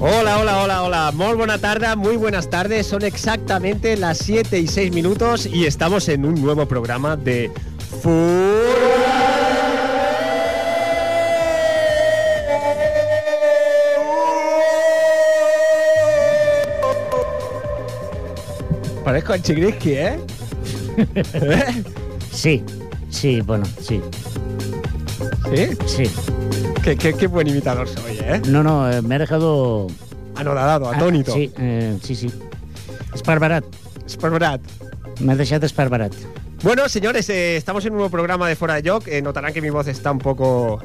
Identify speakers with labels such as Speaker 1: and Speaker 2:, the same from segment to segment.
Speaker 1: Hola, hola, hola, hola. Muy buena tarde, muy buenas tardes. Son exactamente las 7 y 6 minutos y estamos en un nuevo programa de Parezco al Chigrisky, ¿eh?
Speaker 2: Sí, sí, bueno, sí,
Speaker 1: ¿Sí?
Speaker 2: sí.
Speaker 1: Qué, qué- qué buen imitador soy, ¿eh?
Speaker 2: No, no, eh, me ha dejado...
Speaker 1: Anodadado,
Speaker 2: ah,
Speaker 1: atónito.
Speaker 2: sí, eh, sí, sí. Esparbarat,
Speaker 1: Esperad.
Speaker 2: me ha dejado esparbarat.
Speaker 1: Bueno, señores, eh, estamos en un nuevo programa de Fora de Joc. Eh, notarán que mi voz está un poco...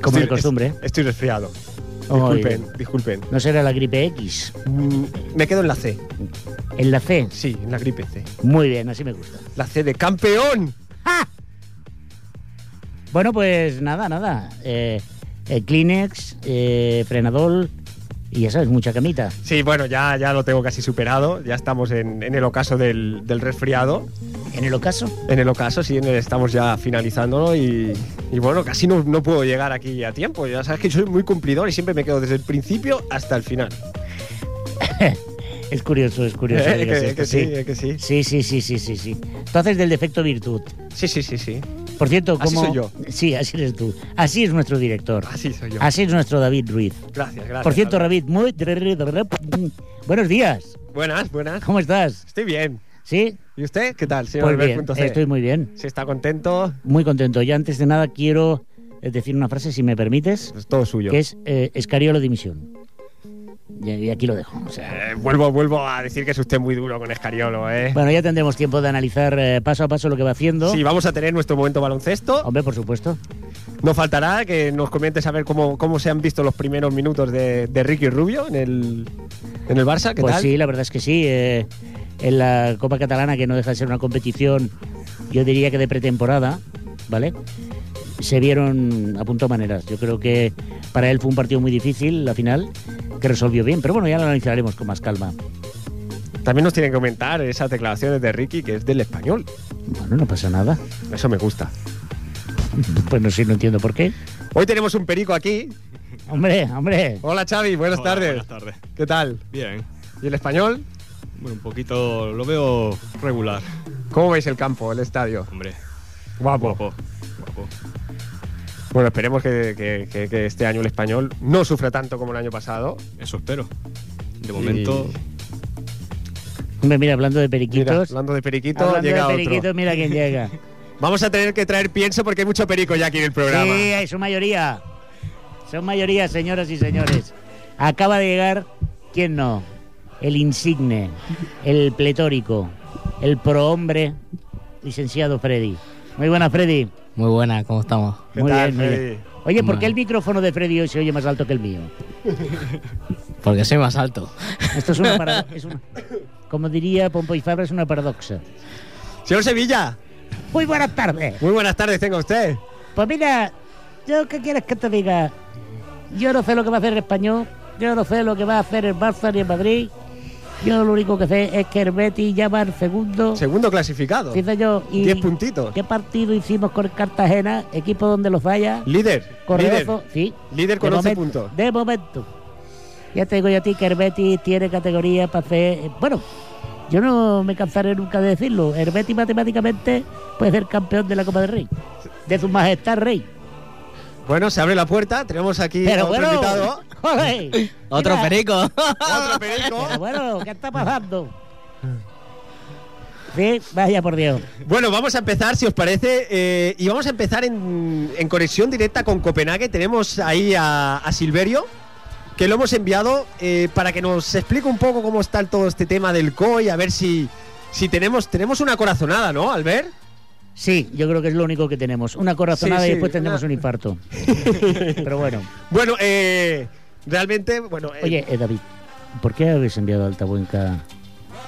Speaker 2: Como de
Speaker 1: Estoy-
Speaker 2: costumbre. ¿eh?
Speaker 1: es- Estoy resfriado.
Speaker 2: Ay.
Speaker 1: Disculpen, disculpen.
Speaker 2: No será la gripe X,
Speaker 1: Mm, Me quedo en la C.
Speaker 2: en la C.
Speaker 1: Sí, en la gripe C.
Speaker 2: Muy bien, así me gusta.
Speaker 1: La C de campeón.
Speaker 2: ¡Ah! Bueno, pues nada, nada. Eh, eh, Kleenex, eh, frenador y ya sabes, mucha camita.
Speaker 1: Sí, bueno, ya, ya lo tengo casi superado. Ya estamos en, en el ocaso del, del resfriado.
Speaker 2: En el ocaso,
Speaker 1: En el ocaso, sí, en el- estamos ya finalizándolo. Y, y bueno, casi no, no puedo llegar aquí a tiempo. Ya sabes que soy muy cumplidor y siempre me quedo desde el principio hasta el final.
Speaker 2: es curioso, es curioso.
Speaker 1: Eh,
Speaker 2: digas
Speaker 1: que,
Speaker 2: esto,
Speaker 1: que sí, eh, que sí.
Speaker 2: Sí, sí, sí, sí, sí, sí. Tú haces del defecto virtud.
Speaker 1: Sí, sí, sí, sí.
Speaker 2: Por cierto,
Speaker 1: Así
Speaker 2: como...
Speaker 1: soy yo.
Speaker 2: Sí, así eres tú. Así es nuestro director.
Speaker 1: Así soy yo.
Speaker 2: Así es nuestro David Ruiz.
Speaker 1: Gracias, gracias.
Speaker 2: Por cierto,
Speaker 1: David.
Speaker 2: David, muy... Buenos días.
Speaker 1: Buenas, buenas.
Speaker 2: ¿Cómo estás?
Speaker 1: Estoy bien.
Speaker 2: ¿Sí?
Speaker 1: ¿Y usted? ¿Qué tal, señor
Speaker 2: Pues bien,
Speaker 1: 9.C?
Speaker 2: estoy muy bien.
Speaker 1: Si está contento,
Speaker 2: Muy contento. Y antes de nada quiero eh, decir una frase, si me permites,
Speaker 1: es pues todo suyo.
Speaker 2: que es eh, Escariolo dimisión. Y, y aquí lo dejo. o sea.
Speaker 1: Eh, vuelvo, vuelvo a decir que es usted muy duro con Escariolo, ¿eh?
Speaker 2: Bueno, ya tendremos tiempo de analizar eh, paso a paso lo que va haciendo.
Speaker 1: Sí, vamos a tener nuestro momento baloncesto.
Speaker 2: Hombre, por supuesto.
Speaker 1: No faltará que nos comentes a ver cómo, cómo se han visto los primeros minutos de, de Ricky Rubio en el, en el Barça. ¿Qué
Speaker 2: Pues
Speaker 1: tal?
Speaker 2: sí, la verdad es que sí. eh, en la Copa Catalana, que no deja de ser una competición, yo diría que de pretemporada, ¿vale? Se vieron a punto maneras. Yo creo que para él fue un partido muy difícil, la final, que resolvió bien. Pero bueno, ya lo analizaremos con más calma.
Speaker 1: También nos tienen que comentar esas declaraciones de Ricky, que es del español.
Speaker 2: Bueno, no pasa nada.
Speaker 1: Eso me gusta.
Speaker 2: Pues no sé, no entiendo por qué.
Speaker 1: Hoy tenemos un perico aquí.
Speaker 2: Hombre, hombre.
Speaker 1: Hola, Xavi, buenas
Speaker 3: Hola,
Speaker 1: tardes.
Speaker 3: Buenas tardes.
Speaker 1: ¿Qué tal?
Speaker 3: Bien.
Speaker 1: ¿Y el español?
Speaker 3: Bueno, un poquito lo veo regular,
Speaker 1: ¿Cómo veis el campo, el estadio?
Speaker 3: hombre.
Speaker 1: Guapo.
Speaker 3: Guapo. Guapo.
Speaker 1: Bueno, esperemos que, que- que- que este año el español no sufra tanto como el año pasado.
Speaker 3: Eso espero. De momento,
Speaker 2: Hombre, mira, hablando de
Speaker 1: Mira,
Speaker 2: periquitos.
Speaker 1: hablando de periquito,
Speaker 2: hablando
Speaker 1: llega
Speaker 2: de
Speaker 1: otro.
Speaker 2: periquitos, mira quién llega.
Speaker 1: Vamos a tener que traer pienso porque hay mucho perico ya aquí en el programa.
Speaker 2: Sí, hay su mayoría. Son mayoría, señoras y señores. Acaba de llegar, ¿quién no? El insigne, el pletórico, el prohombre, licenciado Freddy. Muy buena, Freddy.
Speaker 4: Muy buena, ¿cómo estamos?
Speaker 1: ¿Qué
Speaker 2: muy
Speaker 1: tal,
Speaker 2: bien, muy
Speaker 1: Freddy? Mm.
Speaker 2: bien. Oye, ¿por qué
Speaker 4: Vale.
Speaker 2: el micrófono de Freddy hoy se oye más alto que el mío?
Speaker 4: Porque soy más alto.
Speaker 2: Esto es una para- es una- Como diría Pompoy Fabra, es una paradoxa.
Speaker 1: Señor Sevilla,
Speaker 2: Muy buenas tardes.
Speaker 1: muy buenas tardes tenga usted.
Speaker 2: Pues mira, yo qué quieres que te diga. Yo no sé lo que va a hacer el español, yo no sé lo que va a hacer el Barça ni el Madrid. Yo lo único que sé es que el Betis ya va al segundo.
Speaker 1: Segundo clasificado.
Speaker 2: Sí, señor. Y
Speaker 1: Diez puntitos.
Speaker 2: ¿Qué partido hicimos con el Cartagena? Equipo donde los haya.
Speaker 1: Líder.
Speaker 2: Correoso, sí.
Speaker 1: Líder con
Speaker 2: De
Speaker 1: 11
Speaker 2: momento,
Speaker 1: puntos.
Speaker 2: De momento. Ya te digo yo a ti que el Betis tiene categoría para hacer... eh, Bueno, yo no me cansaré nunca de decirlo. El Betis matemáticamente puede ser campeón de la Copa del Rey. De su majestad rey.
Speaker 1: líder. Bueno, se abre la puerta. Tenemos aquí a
Speaker 2: Pero
Speaker 1: otro
Speaker 2: bueno,
Speaker 1: invitado.
Speaker 2: joder,
Speaker 4: Otro
Speaker 2: mira,
Speaker 4: perico.
Speaker 1: Otro perico.
Speaker 2: Pero bueno, ¿qué está pasando? Sí, vaya por Dios.
Speaker 1: Bueno, vamos a empezar, si os parece. eh, y vamos a empezar en, en conexión directa con Copenhague. Tenemos ahí a, a Silverio, que lo hemos enviado eh, para que nos explique un poco cómo está el- todo este tema del COI. A ver si, si tenemos, tenemos una corazonada, ¿no, Albert?
Speaker 2: Sí, yo creo que es lo único que tenemos. Una corazonada
Speaker 1: Sí, sí,
Speaker 2: y después tendremos
Speaker 1: una-
Speaker 2: un infarto. Pero bueno.
Speaker 1: Bueno, eh, realmente, bueno. eh,
Speaker 2: Oye, eh, David, ¿por qué habéis enviado a Altabuenca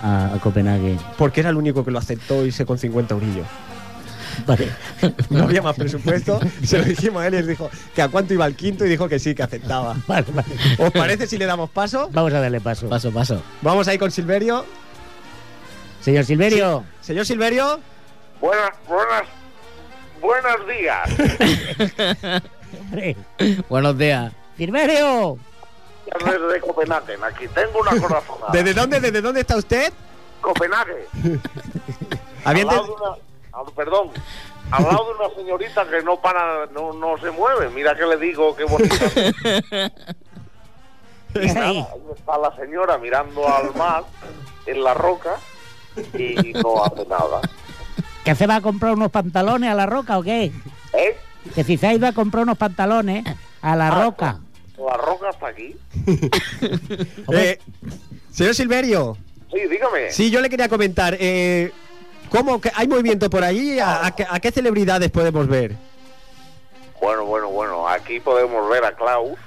Speaker 2: a, a Copenhague?
Speaker 1: Porque era el único que lo aceptó irse con 50 eurillos.
Speaker 2: Vale.
Speaker 1: No había más presupuesto. Se lo dijimos a él y él dijo que a cuánto iba el quinto y dijo que sí, que aceptaba.
Speaker 2: Vale, vale.
Speaker 1: ¿Os parece si le damos paso?
Speaker 2: Vamos a darle paso.
Speaker 4: Paso, paso.
Speaker 1: Vamos ahí con Silverio.
Speaker 2: Señor Silverio,
Speaker 1: Señor Silverio.
Speaker 5: Buenas, buenas, buenos días.
Speaker 2: hombre,
Speaker 4: Buenos días.
Speaker 2: Silverio,
Speaker 5: tardes de Copenhague. Aquí tengo una corazonada.
Speaker 1: ¿Desde dónde, desde dónde está usted?
Speaker 5: Copenhague.
Speaker 1: Había
Speaker 5: al lado
Speaker 1: ente-
Speaker 5: de una- al- perdón. Al lado de una señorita que no para, no, no se mueve. Mira que le digo, qué bonita. Y nada,
Speaker 2: Ahí.
Speaker 5: ahí está la señora mirando al mar en la roca y no hace nada.
Speaker 2: ¿Que se va a comprar unos pantalones a la roca o qué?
Speaker 5: ¿Eh?
Speaker 2: Que si se ha ido a comprar unos pantalones a la
Speaker 5: Ah,
Speaker 2: roca.
Speaker 5: La roca está aquí.
Speaker 2: Hombre,
Speaker 1: Eh, señor Silverio,
Speaker 5: Sí, dígame.
Speaker 1: sí, yo le quería comentar. eh, ¿Cómo que hay movimiento por allí? ¿A, a qué- a qué celebridades podemos ver?
Speaker 5: Bueno, bueno, bueno. Aquí podemos ver a Klaus.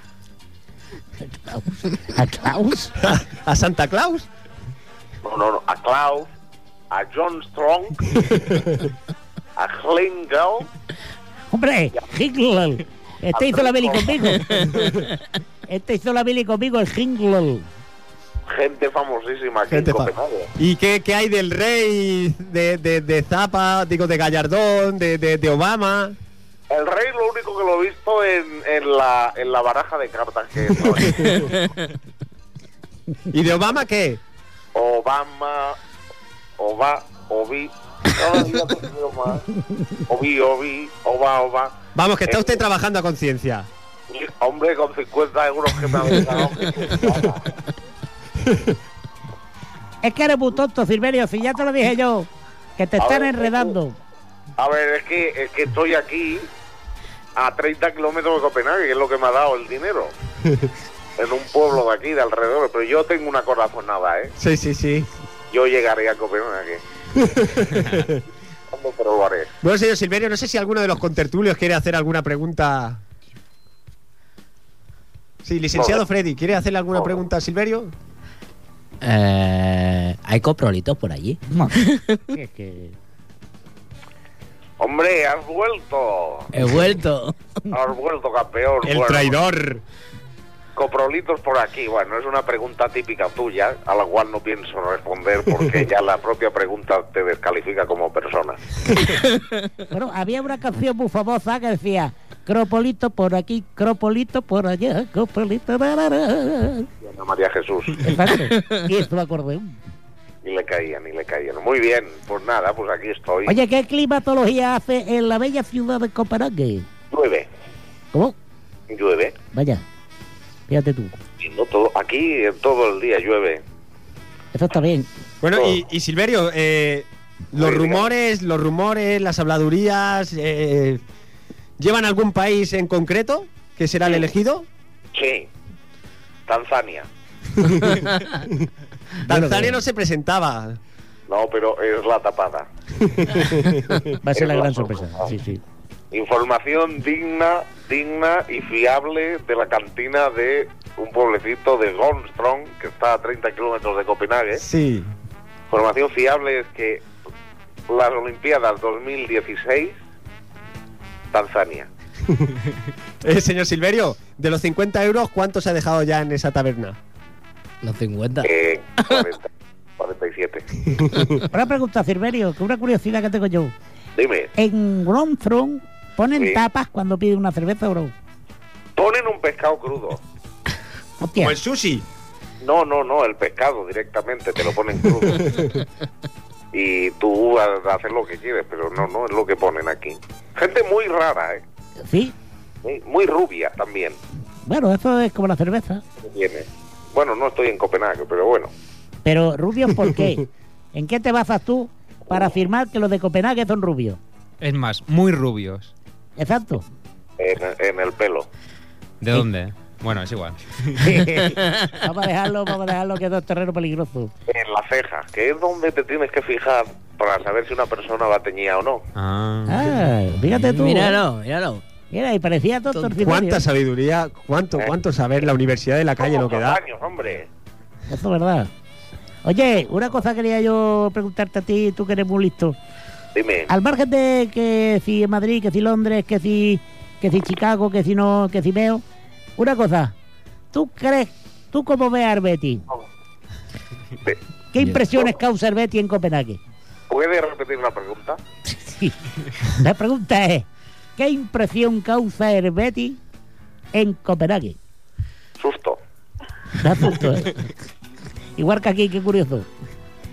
Speaker 2: ¿A Klaus?
Speaker 1: ¿A Santa Claus?
Speaker 5: No, no, no, a Klaus, a John Strong, a Klingel,
Speaker 2: Hombre, Hitler. Este hizo la
Speaker 5: Al
Speaker 2: Billy
Speaker 5: rico.
Speaker 2: conmigo. Este hizo la Billy conmigo, el Hitler.
Speaker 5: gente famosísima aquí
Speaker 1: Gente
Speaker 5: en
Speaker 1: fa-
Speaker 5: Copenhague.
Speaker 1: ¿Y qué, qué hay del rey, de, de- de Zapa, digo, de Gallardón, de, de- de Obama?
Speaker 5: El rey lo único que lo he visto en, en, la, en la baraja de cartas que no es.
Speaker 1: ¿Y de Obama qué?
Speaker 5: Obama, Oba, Obi, cada día te veo más. Obi, Obi, Oba, Oba.
Speaker 1: Vamos, que está
Speaker 5: Eh,
Speaker 1: usted trabajando a conciencia.
Speaker 5: Y, Hombre, con 50 euros que me han dado.
Speaker 2: Es que eres muy tonto, Silverio, si ya te lo dije yo. Que te
Speaker 5: A
Speaker 2: están
Speaker 5: ver,
Speaker 2: enredando.
Speaker 5: A ver, es que, es que estoy aquí a 30 kilómetros de Copenhague, que es lo que me ha dado el dinero. en un pueblo de aquí, de alrededor. Pero yo tengo una corazonada, ¿eh?
Speaker 1: Sí, sí, sí.
Speaker 5: Yo llegaré a Copenhague. ¿Cuándo pero lo haré?
Speaker 1: Bueno, señor Silverio, no sé si alguno de los contertulios quiere hacer alguna pregunta. Sí, licenciado
Speaker 5: Hola.
Speaker 1: Freddy, ¿quiere hacerle alguna
Speaker 5: Hola.
Speaker 1: pregunta a Silverio?
Speaker 4: Eh, ¿Hay coprolitos por allí?
Speaker 2: Es que-
Speaker 5: Hombre, has vuelto.
Speaker 4: He vuelto.
Speaker 5: Has vuelto campeón.
Speaker 1: El
Speaker 5: Bueno,
Speaker 1: traidor.
Speaker 5: Coprolitos por aquí. Bueno, es una pregunta típica tuya, a la cual no pienso responder porque ya la propia pregunta te descalifica como persona.
Speaker 2: Bueno, había una canción muy famosa que decía Cropolito por aquí, Cropolito por allá, Cropolito... ra, ra, ra".
Speaker 5: Ana María Jesús.
Speaker 2: Exacto. Y esto me acordé.
Speaker 5: Y le caían, y le caían. Muy bien, pues nada, pues aquí estoy.
Speaker 2: Oye, ¿qué climatología hace en la bella ciudad de Copenhague?
Speaker 5: Llueve,
Speaker 2: ¿Cómo?
Speaker 5: llueve.
Speaker 2: Vaya, fíjate tú.
Speaker 5: Y no todo, aquí eh, todo el día llueve.
Speaker 2: Eso está bien.
Speaker 1: Bueno,
Speaker 5: Oh.
Speaker 1: y, y Silverio, eh, los
Speaker 5: Sí, dígame.
Speaker 1: rumores, los rumores, las habladurías, eh, ¿llevan a algún país en concreto que será el elegido?
Speaker 5: Sí. Tanzania.
Speaker 1: Tanzania
Speaker 2: bien.
Speaker 1: no se presentaba.
Speaker 5: No, pero es la tapada.
Speaker 2: Va a ser la
Speaker 5: Es
Speaker 2: gran
Speaker 5: la
Speaker 2: sorpresa. Sí, sí.
Speaker 5: Información digna, digna y fiable de la cantina de un pueblecito de Gormström, que está a 30 kilómetros de Copenhague.
Speaker 1: Sí.
Speaker 5: Información fiable es que las Olimpiadas 2016, Tanzania.
Speaker 1: Eh, señor Silverio, de los 50 euros, ¿cuánto se ha dejado ya en esa taberna?
Speaker 4: Los 50.
Speaker 5: Eh, 40, 47.
Speaker 2: Una pregunta, Silverio, que una curiosidad que tengo yo.
Speaker 5: Dime,
Speaker 2: En Gromtron ponen
Speaker 5: Sí.
Speaker 2: tapas cuando piden una cerveza, bro.
Speaker 5: ponen un pescado crudo.
Speaker 2: Hostia.
Speaker 3: Pues-
Speaker 1: sushi.
Speaker 5: No, no, no, el pescado directamente te lo ponen crudo. y tú ha- haces lo que quieres, pero no, no es lo que ponen aquí. Gente muy rara, ¿eh?
Speaker 2: Sí.
Speaker 5: Muy, muy rubia también.
Speaker 2: Bueno, eso es como la cerveza.
Speaker 5: que tiene. Bueno, no estoy en Copenhague, pero bueno.
Speaker 2: Pero rubios, ¿por qué? ¿En qué te basas tú para afirmar que los de Copenhague son rubios?
Speaker 6: Es más, muy rubios.
Speaker 2: Exacto.
Speaker 5: En, en el pelo.
Speaker 6: ¿De dónde? Bueno, es igual.
Speaker 2: vamos a dejarlo, vamos a dejarlo que es un terreno peligroso.
Speaker 5: En la ceja, que es donde te tienes que fijar para saber si una persona va teñida o no.
Speaker 6: Ah.
Speaker 2: Ah, fíjate tú. ¿eh?
Speaker 4: Míralo, míralo.
Speaker 2: Mira, y parecía tonto. el
Speaker 1: ¿Cuánta
Speaker 2: Silverio.
Speaker 1: sabiduría, cuánto, cuánto saber la Universidad de la Calle lo que
Speaker 5: Son
Speaker 1: da?
Speaker 5: años, hombre.
Speaker 2: Eso es verdad. Oye, una cosa quería yo preguntarte a ti, tú que eres muy listo.
Speaker 5: Dime.
Speaker 1: Ah.
Speaker 2: Al margen de que si en Madrid, que si Londres, que si, que si Chicago, que si no, que si Meo, una cosa, ¿tú crees, tú cómo ves a Arbeti?
Speaker 5: Ve-
Speaker 2: ¿Qué
Speaker 4: Bien.
Speaker 2: impresiones causa Arbeti en Copenhague?
Speaker 5: ¿Puedes repetir la pregunta?
Speaker 2: Sí. La pregunta es, ¿qué impresión causa Arbeti en Copenhague?
Speaker 5: Susto.
Speaker 2: Da susto, ¿eh? Igual que aquí, qué curioso.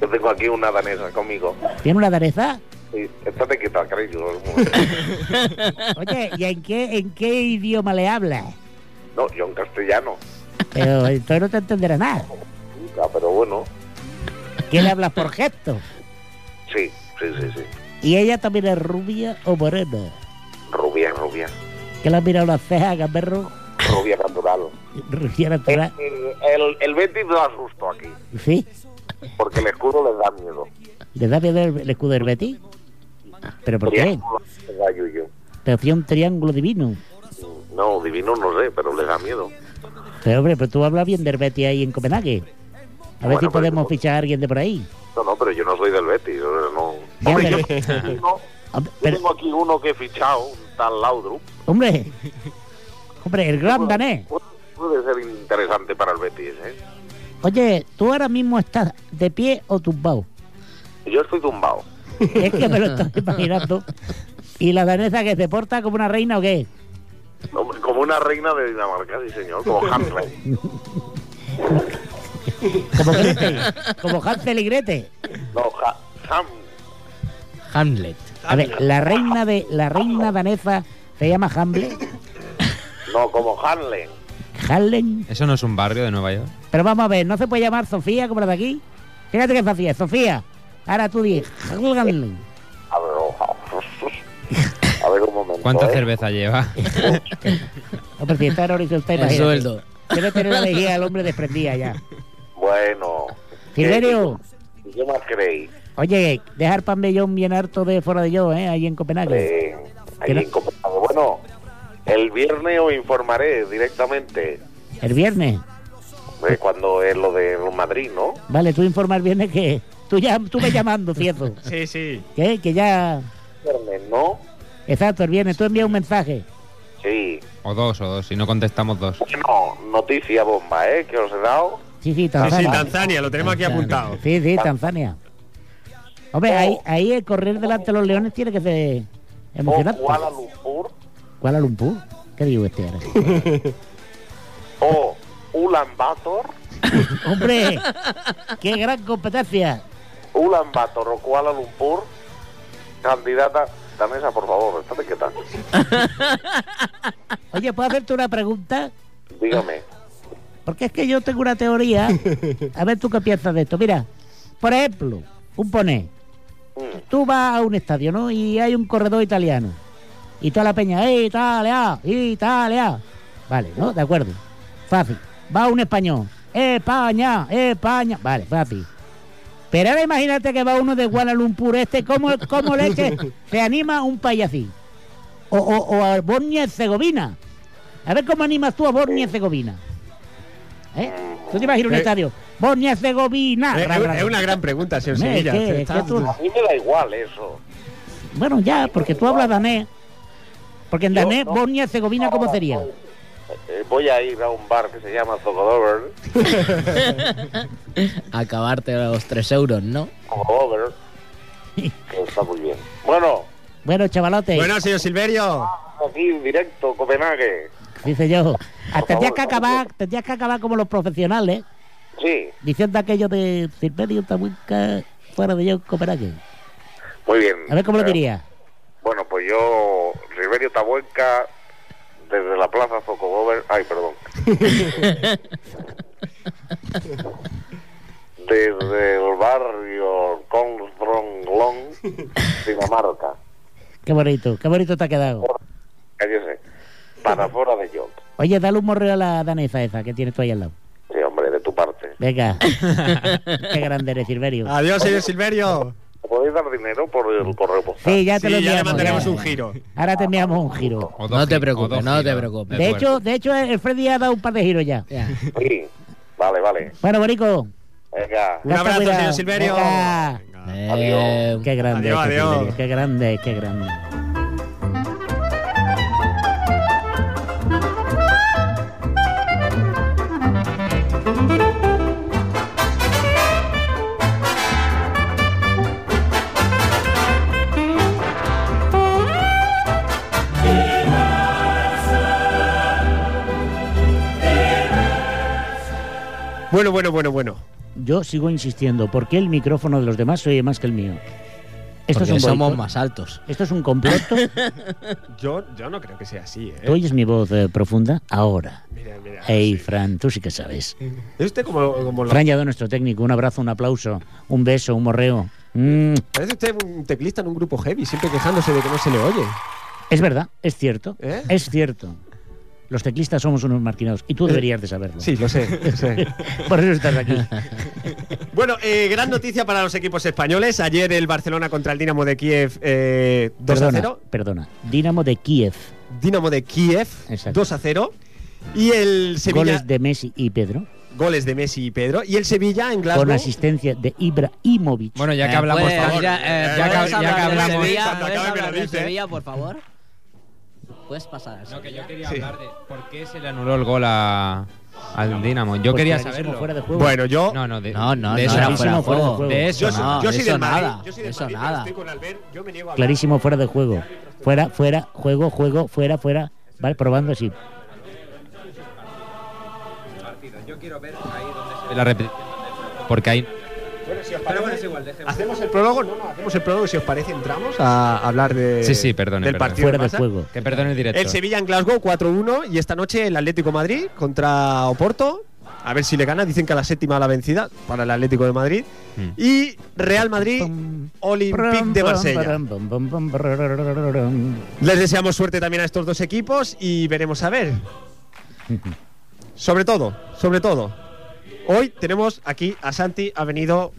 Speaker 5: Yo tengo aquí una danesa conmigo.
Speaker 2: ¿Tiene una danesa?
Speaker 5: Sí, estate quieta, cariño.
Speaker 2: Oye, ¿y en qué, en qué idioma le hablas?
Speaker 5: No, yo en castellano.
Speaker 2: Pero entonces no te entenderá nada.
Speaker 5: Puta, pero bueno.
Speaker 2: ¿Qué le hablas por gesto?
Speaker 5: Sí, sí, sí, sí.
Speaker 2: ¿Y ella también es rubia o morena?
Speaker 5: Rubia, rubia.
Speaker 2: ¿Qué le has mirado las cejas, gamberro?
Speaker 5: Rubia natural.
Speaker 2: Rubia
Speaker 5: El,
Speaker 2: natural.
Speaker 5: el, el Betis da susto aquí,
Speaker 2: ¿Sí?
Speaker 5: porque el escudo les da miedo.
Speaker 2: ¿Le da miedo el, el escudo del Betis? ¿Pero por qué?
Speaker 5: Triángulo les da yuyu.
Speaker 2: Pero hacía un triángulo divino.
Speaker 5: Mm, No, divino no sé, pero les da miedo.
Speaker 2: Pero hombre, pero tú hablas bien del Betis ahí en Copenhague. A ver
Speaker 5: Bueno,
Speaker 2: si
Speaker 5: pues, pero-
Speaker 2: podemos fichar a alguien de por ahí.
Speaker 5: No, no, pero yo no soy del Betis. yo No.
Speaker 2: Ya,
Speaker 5: Hombre,
Speaker 2: pero-
Speaker 5: yo, tengo aquí uno-
Speaker 2: Hombre,
Speaker 5: yo
Speaker 2: pero-
Speaker 5: tengo aquí uno que he fichado, un tal Laudrup.
Speaker 2: hombre, hombre, el gran danés.
Speaker 5: Puede, puede ser interesante para el Betis, ¿eh?
Speaker 2: Oye, tú ahora mismo estás de pie o tumbado.
Speaker 5: Yo estoy tumbado.
Speaker 2: Es que me lo estoy imaginando. ¿Y la danesa que se porta como una reina o qué?
Speaker 5: Hombre, Como una reina de Dinamarca, sí, señor. Como Hamlet.
Speaker 2: Como Gretel, como Hansel y Gretel.
Speaker 5: No, Ha- Ham.
Speaker 4: Hamlet.
Speaker 2: A ver, la reina de la reina danesa se llama Hamble,
Speaker 5: No, como Hanley.
Speaker 2: Harlem.
Speaker 6: ¿Eso no es un barrio de Nueva York?
Speaker 2: Pero vamos a ver, ¿no se puede llamar Sofía como la de aquí? Fíjate qué fácil es, Sofía. Ahora tú di Harlem.
Speaker 5: A ver, oh, a ver un momento.
Speaker 6: ¿Cuánta
Speaker 5: ¿eh?
Speaker 6: cerveza lleva?
Speaker 2: Hombre, si está en horizontal,
Speaker 4: El
Speaker 2: imagínate.
Speaker 4: sueldo.
Speaker 2: Debe tener la vejiga el hombre desprendida ya.
Speaker 5: Bueno.
Speaker 2: Silverio,
Speaker 5: ¿Qué, qué más creéis?
Speaker 2: oye, dejar pan bellón bien harto de fuera de yo, ¿eh? Ahí en Copenhague.
Speaker 5: Eh, ahí
Speaker 2: Que no-
Speaker 5: en Copenhague. Bueno, el viernes os informaré directamente
Speaker 2: El viernes.
Speaker 5: de cuando es lo de Madrid, ¿no?
Speaker 2: Vale, tú informar bien de que... Tú, ya, tú me llamando, cierto.
Speaker 3: Sí, sí.
Speaker 2: ¿Qué? Que ya...
Speaker 5: Viernes, ¿no?
Speaker 2: Exacto, el viernes. Tú envías un mensaje.
Speaker 5: Sí.
Speaker 6: O dos, o dos. Si no contestamos dos.
Speaker 5: Bueno, noticia bomba, ¿eh? Que os he dado.
Speaker 2: Sí, sí,
Speaker 1: Sí, sí,
Speaker 2: Tanzania.
Speaker 1: Tanzania, lo tenemos aquí
Speaker 2: Ah,
Speaker 1: apuntado.
Speaker 2: Sí, sí, Tanzania. Hombre, ahí, ahí el correr delante de los leones tiene que ser
Speaker 5: O
Speaker 2: emocionante.
Speaker 5: Kuala Lumpur
Speaker 2: Kuala Lumpur. ¿Qué digo este ahora?
Speaker 5: o Ulan Bator.
Speaker 2: ¡Hombre! ¡Qué gran competencia!
Speaker 5: Ulan Bator o Kuala Lumpur. Candidata danesa, por favor, estate quieta.
Speaker 2: Oye, ¿puedo hacerte una pregunta?
Speaker 5: Dígame.
Speaker 2: Porque es que yo tengo una teoría. A ver tú qué piensas de esto. Mira, por ejemplo, un poné.
Speaker 5: Mm,
Speaker 2: Tú vas a un estadio, ¿no? Y hay un corredor italiano. Y toda la peña, "Eh, ah, Italia, Italia. Vale, ¿no? De acuerdo. Fácil. Va un español. España, España. Vale, fácil. Pero ahora imagínate que va uno de Kuala Lumpur este, ¿cómo, cómo leche se anima un país así? O, o- o a Bosnia y Herzegovina. A ver cómo animas tú a Bosnia y Herzegovina. ¿Eh? ¿Tú te imaginas un
Speaker 1: Eh,
Speaker 2: estadio? Bosnia y Herzegovina.
Speaker 1: Eh,
Speaker 2: Ra, ra,
Speaker 1: Es,
Speaker 2: ra.
Speaker 1: una gran pregunta, señor
Speaker 2: Ah, Hombre,
Speaker 1: Sevilla.
Speaker 2: es que-
Speaker 1: Está-
Speaker 2: es que tú-
Speaker 5: A mí me da igual eso.
Speaker 2: Bueno, ya, porque tú hablas danés. Porque en
Speaker 5: Yo
Speaker 2: danés,
Speaker 5: no.
Speaker 2: Bosnia y Herzegovina, ¿cómo sería?
Speaker 5: Eh, Voy a ir a un bar que se llama Zogodover.
Speaker 4: Acabarte los 3 euros, ¿no?
Speaker 5: Zogodover. que está muy bien. Bueno,
Speaker 2: Bueno, chavalote,
Speaker 1: Bueno, señor Silverio.
Speaker 5: aquí en directo, Copenhague.
Speaker 2: dice yo. ah, Tendrías que,
Speaker 5: favor,
Speaker 2: acabar, tendrías que acabar como los profesionales,
Speaker 5: Sí,
Speaker 2: diciendo aquello de Silverio Tabuca fuera de yo en Copenhague.
Speaker 5: muy bien.
Speaker 2: A ver cómo lo
Speaker 5: Eh,
Speaker 2: diría.
Speaker 5: Bueno, pues yo, Riverio Tabuenca, desde la plaza Zocobover, ay, perdón. desde el barrio Konstronglong, Dinamarca,
Speaker 2: Qué bonito, qué bonito te ha quedado.
Speaker 5: cállese, para fuera de York.
Speaker 2: Oye, dale un morreo a la danesa esa que tienes tú ahí al lado.
Speaker 5: Sí, hombre, de tu parte.
Speaker 2: Venga. qué grande eres, Silverio.
Speaker 1: Adiós, señor Silverio.
Speaker 5: ¿Me ¿Podéis dar dinero por el correo postal?
Speaker 2: Sí, ya te
Speaker 1: Sí, ya
Speaker 2: lo
Speaker 1: le
Speaker 2: enviamos.
Speaker 1: mandaremos
Speaker 2: ya.
Speaker 1: un giro.
Speaker 2: Ahora te enviamos un giro.
Speaker 6: O
Speaker 4: No
Speaker 6: dos
Speaker 4: te
Speaker 6: gi-
Speaker 4: preocupes,
Speaker 6: o dos
Speaker 4: no te
Speaker 6: giros.
Speaker 4: preocupes.
Speaker 2: De
Speaker 6: acuerdo.
Speaker 2: hecho, de hecho, el Freddy ha dado un par de giros ya.
Speaker 4: Ya.
Speaker 5: Sí, vale, vale.
Speaker 2: Bueno, Borico.
Speaker 5: Venga.
Speaker 1: Un abrazo,
Speaker 2: Cuidado.
Speaker 1: señor Silverio.
Speaker 2: Venga.
Speaker 4: Eh,
Speaker 2: Qué grande,
Speaker 1: Adiós,
Speaker 2: qué
Speaker 1: adiós.
Speaker 2: Silverio, qué grande, qué grande.
Speaker 1: Bueno, bueno, bueno, bueno.
Speaker 2: Yo sigo insistiendo, ¿por qué el micrófono de los demás se oye más que el mío? Esto es
Speaker 4: Porque
Speaker 2: un
Speaker 4: somos
Speaker 2: boicot?
Speaker 4: más altos.
Speaker 2: Esto es un complot.
Speaker 1: Yo, yo no creo que sea así, ¿eh?
Speaker 2: ¿Tú oyes mi voz eh, profunda? Ahora.
Speaker 1: Mira, mira,
Speaker 2: Hey,
Speaker 1: sí.
Speaker 2: Fran, tú sí que sabes.
Speaker 1: Es usted como, como la-
Speaker 2: Fran Yadó, nuestro técnico, un abrazo, un aplauso, un beso, un morreo. Mm,
Speaker 1: Parece usted un teclista en un grupo heavy, siempre quejándose de que no se le oye.
Speaker 2: es verdad, es cierto,
Speaker 1: ¿Eh?
Speaker 2: es cierto. Los teclistas somos unos marquinados y tú deberías de saberlo.
Speaker 1: Eh, Sí, lo sé, lo sé.
Speaker 2: Por eso estás aquí.
Speaker 1: Bueno, eh, gran noticia para los equipos españoles. Ayer el Barcelona contra el Dinamo de Kiev eh, 2 a
Speaker 2: perdona,
Speaker 1: 0.
Speaker 2: perdona. Dinamo de Kiev.
Speaker 1: Dinamo de Kiev
Speaker 2: Exacto.
Speaker 1: 2 a 0. Y el Sevilla.
Speaker 2: Goles de Messi y Pedro.
Speaker 1: goles de Messi y Pedro. Y el Sevilla en Glasgow.
Speaker 2: Con asistencia de Ibrahimovic.
Speaker 6: Bueno, ya que
Speaker 4: Eh,
Speaker 6: hablamos,
Speaker 4: puedes-
Speaker 6: por favor,
Speaker 4: ya, eh,
Speaker 6: ya que-
Speaker 4: puedes
Speaker 6: ya que
Speaker 4: hablar del
Speaker 6: hablamos-
Speaker 4: Sevilla,
Speaker 1: Cuando
Speaker 4: ¿puedes
Speaker 1: acabe me lo
Speaker 4: hablar del
Speaker 1: dice, ¿eh?
Speaker 4: Sevilla, por favor. Puedes pasar al
Speaker 6: No, que yo
Speaker 4: Sevilla.
Speaker 6: quería
Speaker 1: Sí.
Speaker 6: hablar de por qué se le anuló el gol a- al Dinamo. Yo
Speaker 2: Pues
Speaker 6: quería
Speaker 2: clarísimo,
Speaker 6: saberlo.
Speaker 2: fuera de juego.
Speaker 1: Bueno, yo.
Speaker 6: No, no, de,
Speaker 4: No, no,
Speaker 6: de
Speaker 4: no,
Speaker 6: eso
Speaker 4: era
Speaker 6: no.
Speaker 4: fuera de
Speaker 2: fuera de
Speaker 4: juego.
Speaker 2: juego.
Speaker 6: De
Speaker 1: yo,
Speaker 6: eso
Speaker 1: soy-
Speaker 4: no,
Speaker 1: yo soy
Speaker 4: eso
Speaker 1: del Madrid.
Speaker 4: nada,
Speaker 1: yo soy del
Speaker 4: eso
Speaker 1: Madrid, pero
Speaker 4: nada.
Speaker 1: estoy con Albert, yo me niego a hablar.
Speaker 2: Clarísimo, fuera de juego. Fuera, fuera, juego, juego, fuera, fuera. Vale, probando así.
Speaker 6: Yo quiero ver ahí donde se ve la repetición. Porque ahí.
Speaker 1: Bueno, si os parece, hacemos el prólogo. No, no, hacemos el prólogo. y Si os parece, entramos a hablar de,
Speaker 6: Sí, sí, perdone,
Speaker 1: del
Speaker 6: perdone.
Speaker 1: partido.
Speaker 2: Fuera de
Speaker 1: Barça.
Speaker 2: juego.
Speaker 6: Que perdone el directo.
Speaker 1: El Sevilla en Glasgow 4-1 y esta noche el Atlético Madrid contra Oporto. A ver si le gana. Dicen que a la séptima la vencida para el Atlético de Madrid.
Speaker 6: Mm.
Speaker 1: Y Real Madrid, Olympique de Marsella. Les deseamos suerte también a estos dos equipos y veremos a ver. Sobre todo, sobre todo. Hoy tenemos aquí a Santi, ha venido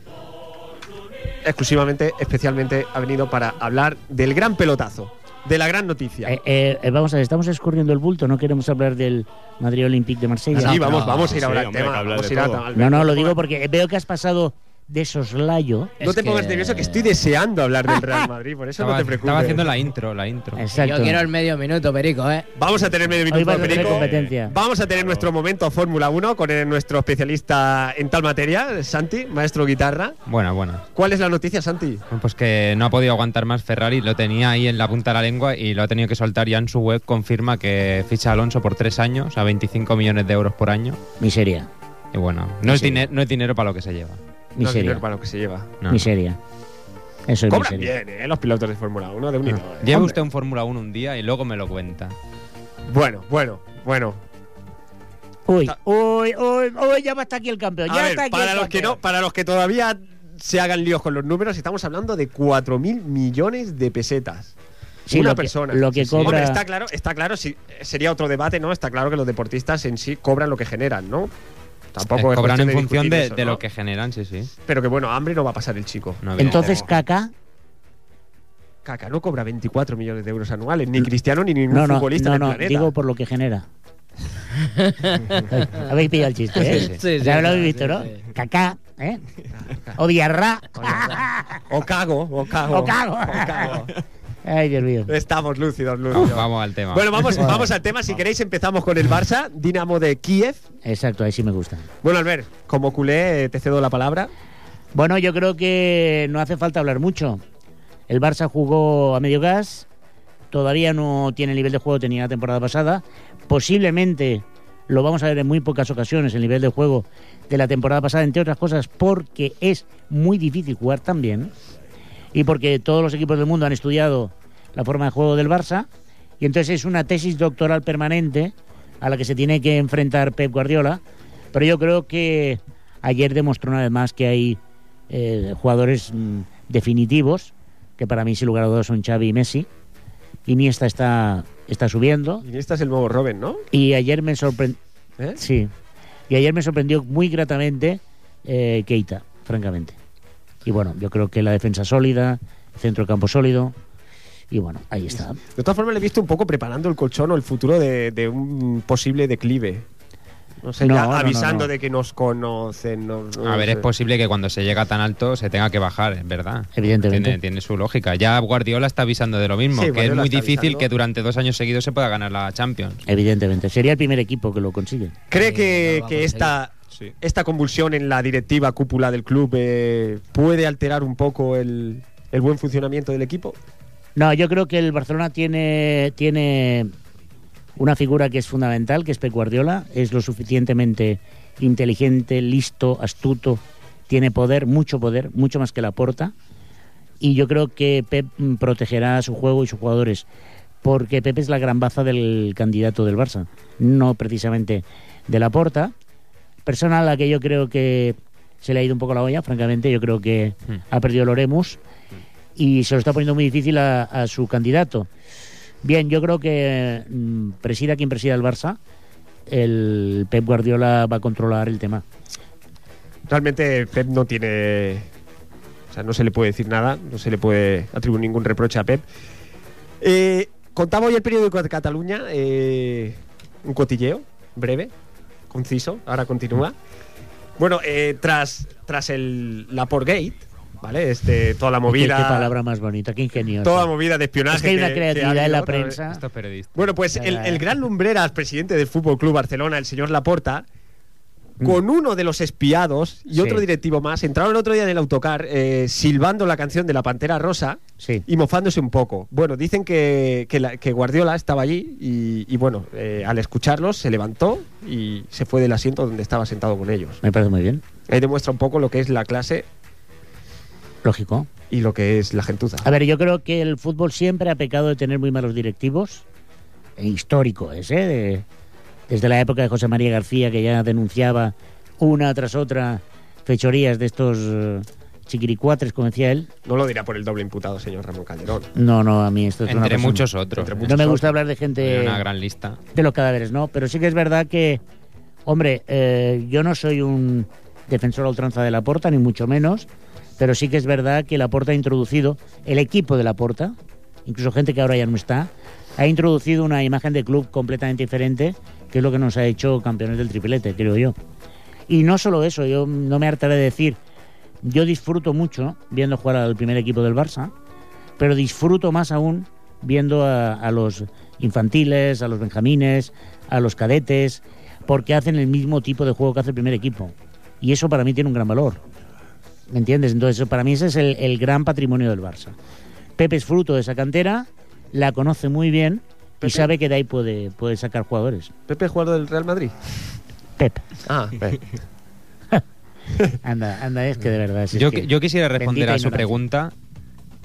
Speaker 1: exclusivamente, especialmente, ha venido para hablar del gran pelotazo, de la gran noticia.
Speaker 2: Eh, eh, eh, vamos a ver, estamos escurriendo el bulto, no queremos hablar del Madrid Olympique de Marsella.
Speaker 1: sí,
Speaker 4: no,
Speaker 1: vamos,
Speaker 4: no,
Speaker 1: vamos a ir
Speaker 3: sí,
Speaker 1: ahora al
Speaker 3: hombre,
Speaker 1: tema.
Speaker 3: hay que hablar
Speaker 1: vamos a
Speaker 3: de
Speaker 1: ir a-
Speaker 3: todo.
Speaker 1: al-
Speaker 2: No, no, lo digo porque veo que has pasado de soslayo.
Speaker 1: No
Speaker 4: Es
Speaker 1: te pongas
Speaker 4: que-
Speaker 1: nervioso que estoy deseando hablar del Real Madrid, por eso
Speaker 6: estaba,
Speaker 1: no te preocupes.
Speaker 6: estaba haciendo la intro, la intro.
Speaker 2: Exacto.
Speaker 4: Yo quiero el medio minuto, Perico, ¿eh?
Speaker 1: Vamos a tener medio
Speaker 2: Hoy
Speaker 1: minuto
Speaker 2: vas
Speaker 1: de
Speaker 2: a tener
Speaker 1: perico.
Speaker 2: competencia.
Speaker 1: Vamos a tener nuestro momento Fórmula 1 con eh, nuestro especialista en tal materia, Santi, maestro guitarra.
Speaker 6: Buena, buena.
Speaker 1: ¿Cuál es la noticia, Santi?
Speaker 6: Bueno, Pues que no ha podido aguantar más Ferrari, lo tenía ahí en la punta de la lengua y lo ha tenido que soltar ya en su web. Confirma que ficha a Alonso por tres años, a 25 millones de euros por año.
Speaker 2: Miseria,
Speaker 6: Y bueno, no, es,
Speaker 2: Sí.
Speaker 6: diner- no es dinero para lo que se lleva.
Speaker 1: No dinero
Speaker 2: miseria,
Speaker 1: para lo que se lleva.
Speaker 6: No.
Speaker 2: miseria. Eso es
Speaker 1: Cobran
Speaker 2: miseria.
Speaker 1: bien, ¿eh? Los pilotos de Fórmula 1 de un y dos, ¿eh?
Speaker 6: Ah, Lleva
Speaker 1: Hombre.
Speaker 6: usted un Fórmula 1 un día y luego me lo cuenta.
Speaker 1: Bueno, bueno, bueno.
Speaker 2: Uy, uy, uy, uy, ya va hasta aquí el campeón.
Speaker 1: A
Speaker 2: Ya
Speaker 1: ver,
Speaker 2: está aquí
Speaker 1: para
Speaker 2: el
Speaker 1: los que
Speaker 2: campeón.
Speaker 1: no, para los que todavía se hagan líos con los números, estamos hablando de 4.000 millones de pesetas.
Speaker 2: Sí,
Speaker 1: una
Speaker 2: lo que-
Speaker 1: persona.
Speaker 2: lo que cobra-
Speaker 1: Hombre, está claro, está claro, sí, eh, sería otro debate, ¿no? Está claro que los deportistas en sí cobran lo que generan, ¿no? Tampoco
Speaker 6: Eh,
Speaker 1: es
Speaker 6: cobran
Speaker 1: cuestión
Speaker 6: en
Speaker 1: de
Speaker 6: función
Speaker 1: discutir
Speaker 6: de,
Speaker 1: eso,
Speaker 6: de
Speaker 1: ¿no?
Speaker 6: lo que generan, sí, sí.
Speaker 1: Pero que bueno, hambre no va a pasar el chico.
Speaker 6: No,
Speaker 2: Entonces,
Speaker 6: evidentemente.
Speaker 2: Caca.
Speaker 1: Caca no cobra 24 millones de euros anuales, ni Cristiano ni ningún
Speaker 2: No, no,
Speaker 1: futbolista en
Speaker 2: no,
Speaker 1: el
Speaker 2: no,
Speaker 1: planeta.
Speaker 2: digo por lo que genera. Habéis pillado el chiste, ¿eh?
Speaker 4: Sí, sí,
Speaker 2: ya
Speaker 4: sí,
Speaker 2: lo
Speaker 4: sí,
Speaker 2: habéis visto,
Speaker 4: sí,
Speaker 2: ¿no?
Speaker 4: sí.
Speaker 2: Cacá, ¿eh? O diarra.
Speaker 1: O cago, o Eh. cago.
Speaker 2: O cago. Ay, Dios mío.
Speaker 1: Estamos lúcidos, lúcidos.
Speaker 6: Vamos al tema.
Speaker 1: Bueno, vamos, vamos al tema. Si queréis, empezamos con el Barça, Dinamo de Kiev.
Speaker 2: Exacto, ahí sí me gusta.
Speaker 1: Bueno, Albert, como culé, eh, te cedo la palabra.
Speaker 2: Bueno, yo creo que no hace falta hablar mucho. El Barça jugó a medio gas, todavía no tiene el nivel de juego que tenía la temporada pasada. Posiblemente lo vamos a ver en muy pocas ocasiones el nivel de juego de la temporada pasada, entre otras cosas porque es muy difícil jugar tan bien y porque todos los equipos del mundo han estudiado la forma de juego del Barça y entonces es una tesis doctoral permanente a la que se tiene que enfrentar Pep Guardiola, pero yo creo que ayer demostró una vez más que hay eh, jugadores mm, definitivos, que para mí sin lugar a dudas son Xavi y Messi. Iniesta está, está subiendo
Speaker 1: Iniesta este es el nuevo Robin, ¿no?
Speaker 2: y ayer me sorprendió...
Speaker 1: ¿Eh?
Speaker 2: Sí. Y ayer me sorprendió muy gratamente eh, Keita, francamente. Y bueno, yo creo que la defensa sólida, centro campo sólido. Y bueno, ahí está.
Speaker 1: De todas formas, le he visto un poco preparando el colchón o el futuro de, de un posible declive. No sé,
Speaker 2: No,
Speaker 1: ya
Speaker 2: no, no,
Speaker 1: avisando
Speaker 2: no.
Speaker 1: de que nos conocen. no- no
Speaker 6: A ver,
Speaker 1: sé.
Speaker 6: es posible que cuando se llega tan alto se tenga que bajar, es verdad.
Speaker 2: Evidentemente.
Speaker 6: Tiene, tiene su lógica. Ya Guardiola está avisando de lo mismo,
Speaker 1: Sí,
Speaker 6: que es
Speaker 1: Guardiola
Speaker 6: muy
Speaker 1: está
Speaker 6: difícil
Speaker 1: avisando.
Speaker 6: que durante dos años seguidos se pueda ganar la Champions.
Speaker 2: Evidentemente. Sería el primer equipo que lo consigue.
Speaker 1: ¿Cree
Speaker 4: Eh,
Speaker 1: que,
Speaker 4: no, vamos,
Speaker 1: que esta,
Speaker 3: Sí.
Speaker 1: esta convulsión en la directiva cúpula del club eh, puede alterar un poco el, el buen funcionamiento del equipo?
Speaker 2: No, yo creo que el Barcelona tiene, tiene una figura que es fundamental, que es Pep Guardiola, es lo suficientemente inteligente, listo, astuto, tiene poder, mucho poder, mucho más que la porta. Y yo creo que Pep mm, protegerá a su juego y sus jugadores, porque Pep es la gran baza del candidato del Barça, no precisamente de la porta. Persona a la que yo creo que se le ha ido un poco la olla, francamente, yo creo que
Speaker 6: Mm.
Speaker 2: ha perdido el Oremus y se lo está poniendo muy difícil a, a su candidato. Bien, yo creo que mm, presida quien presida el Barça, el Pep Guardiola va a controlar el tema.
Speaker 1: Realmente Pep no tiene. O sea, no se le puede decir nada, no se le puede atribuir ningún reproche a Pep. Eh, contaba hoy el periódico de Cataluña eh, un cotilleo breve, conciso, ahora continúa. Bueno, eh, tras, tras el, la Porgate, ¿vale? Este, toda la
Speaker 2: Qué,
Speaker 1: movida.
Speaker 2: qué palabra más bonita, qué ingeniosa.
Speaker 1: toda movida de espionaje.
Speaker 2: es que hay una
Speaker 1: que- que ha
Speaker 2: creatividad en la
Speaker 1: habido, ¿no?
Speaker 2: prensa.
Speaker 6: Estos periodistas.
Speaker 1: Bueno, pues el, el gran Lumbreras, presidente del Fútbol Club Barcelona, el señor Laporta, con uno de los espiados y
Speaker 2: Mm. Sí.
Speaker 1: otro directivo más, entraron el otro día en el autocar eh, silbando la canción de la Pantera Rosa
Speaker 2: Sí.
Speaker 1: y mofándose un poco. Bueno, dicen que, que la- que Guardiola estaba allí y, y bueno, eh, al escucharlos se levantó y se fue del asiento donde estaba sentado con ellos.
Speaker 2: Me parece muy bien.
Speaker 1: Ahí demuestra un poco lo que es la clase
Speaker 2: Lógico.
Speaker 1: y lo que es la gentuza.
Speaker 2: A ver, yo creo que el fútbol siempre ha pecado de tener muy malos directivos. E histórico es, ¿eh? De- desde la época de José María García, que ya denunciaba una tras otra fechorías de estos eh, chiquiricuatres, como decía él.
Speaker 1: No lo dirá por el doble imputado, señor Ramón Calderón.
Speaker 2: No, no, a mí esto es una
Speaker 6: Entre
Speaker 2: cosa-
Speaker 6: muchos otros.
Speaker 1: Entre
Speaker 6: ¿eh?
Speaker 1: muchos
Speaker 2: No me gusta
Speaker 1: otros.
Speaker 2: hablar de
Speaker 6: Hay
Speaker 2: gente
Speaker 6: Una gran lista.
Speaker 2: de los cadáveres, ¿no? Pero sí que es verdad que, hombre, eh, yo no soy un defensor a ultranza de la porta, ni mucho menos, pero sí que es verdad que la porta ha introducido, el equipo de la porta, incluso gente que ahora ya no está, ha introducido una imagen de club completamente diferente, que es lo que nos ha hecho campeones del triplete, creo yo. Y no solo eso, yo no me hartaré de decir, yo disfruto mucho viendo jugar al primer equipo del Barça, pero disfruto más aún viendo a, a los infantiles, a los benjamines, a los cadetes, porque hacen el mismo tipo de juego que hace el primer equipo. Y eso para mí tiene un gran valor. ¿Me entiendes? Entonces, para mí ese es el, el gran patrimonio del Barça. Pepe es fruto de esa cantera, la conoce muy bien y
Speaker 1: Pepe.
Speaker 2: sabe que de ahí puede, puede sacar jugadores.
Speaker 1: Pepe jugador del Real Madrid.
Speaker 2: Pepe.
Speaker 1: Ah, ve.
Speaker 2: Anda, anda, es que de verdad. si es
Speaker 6: Yo,
Speaker 2: que-
Speaker 6: yo quisiera responder
Speaker 2: Bendita
Speaker 6: a su
Speaker 2: ignorancia.
Speaker 6: pregunta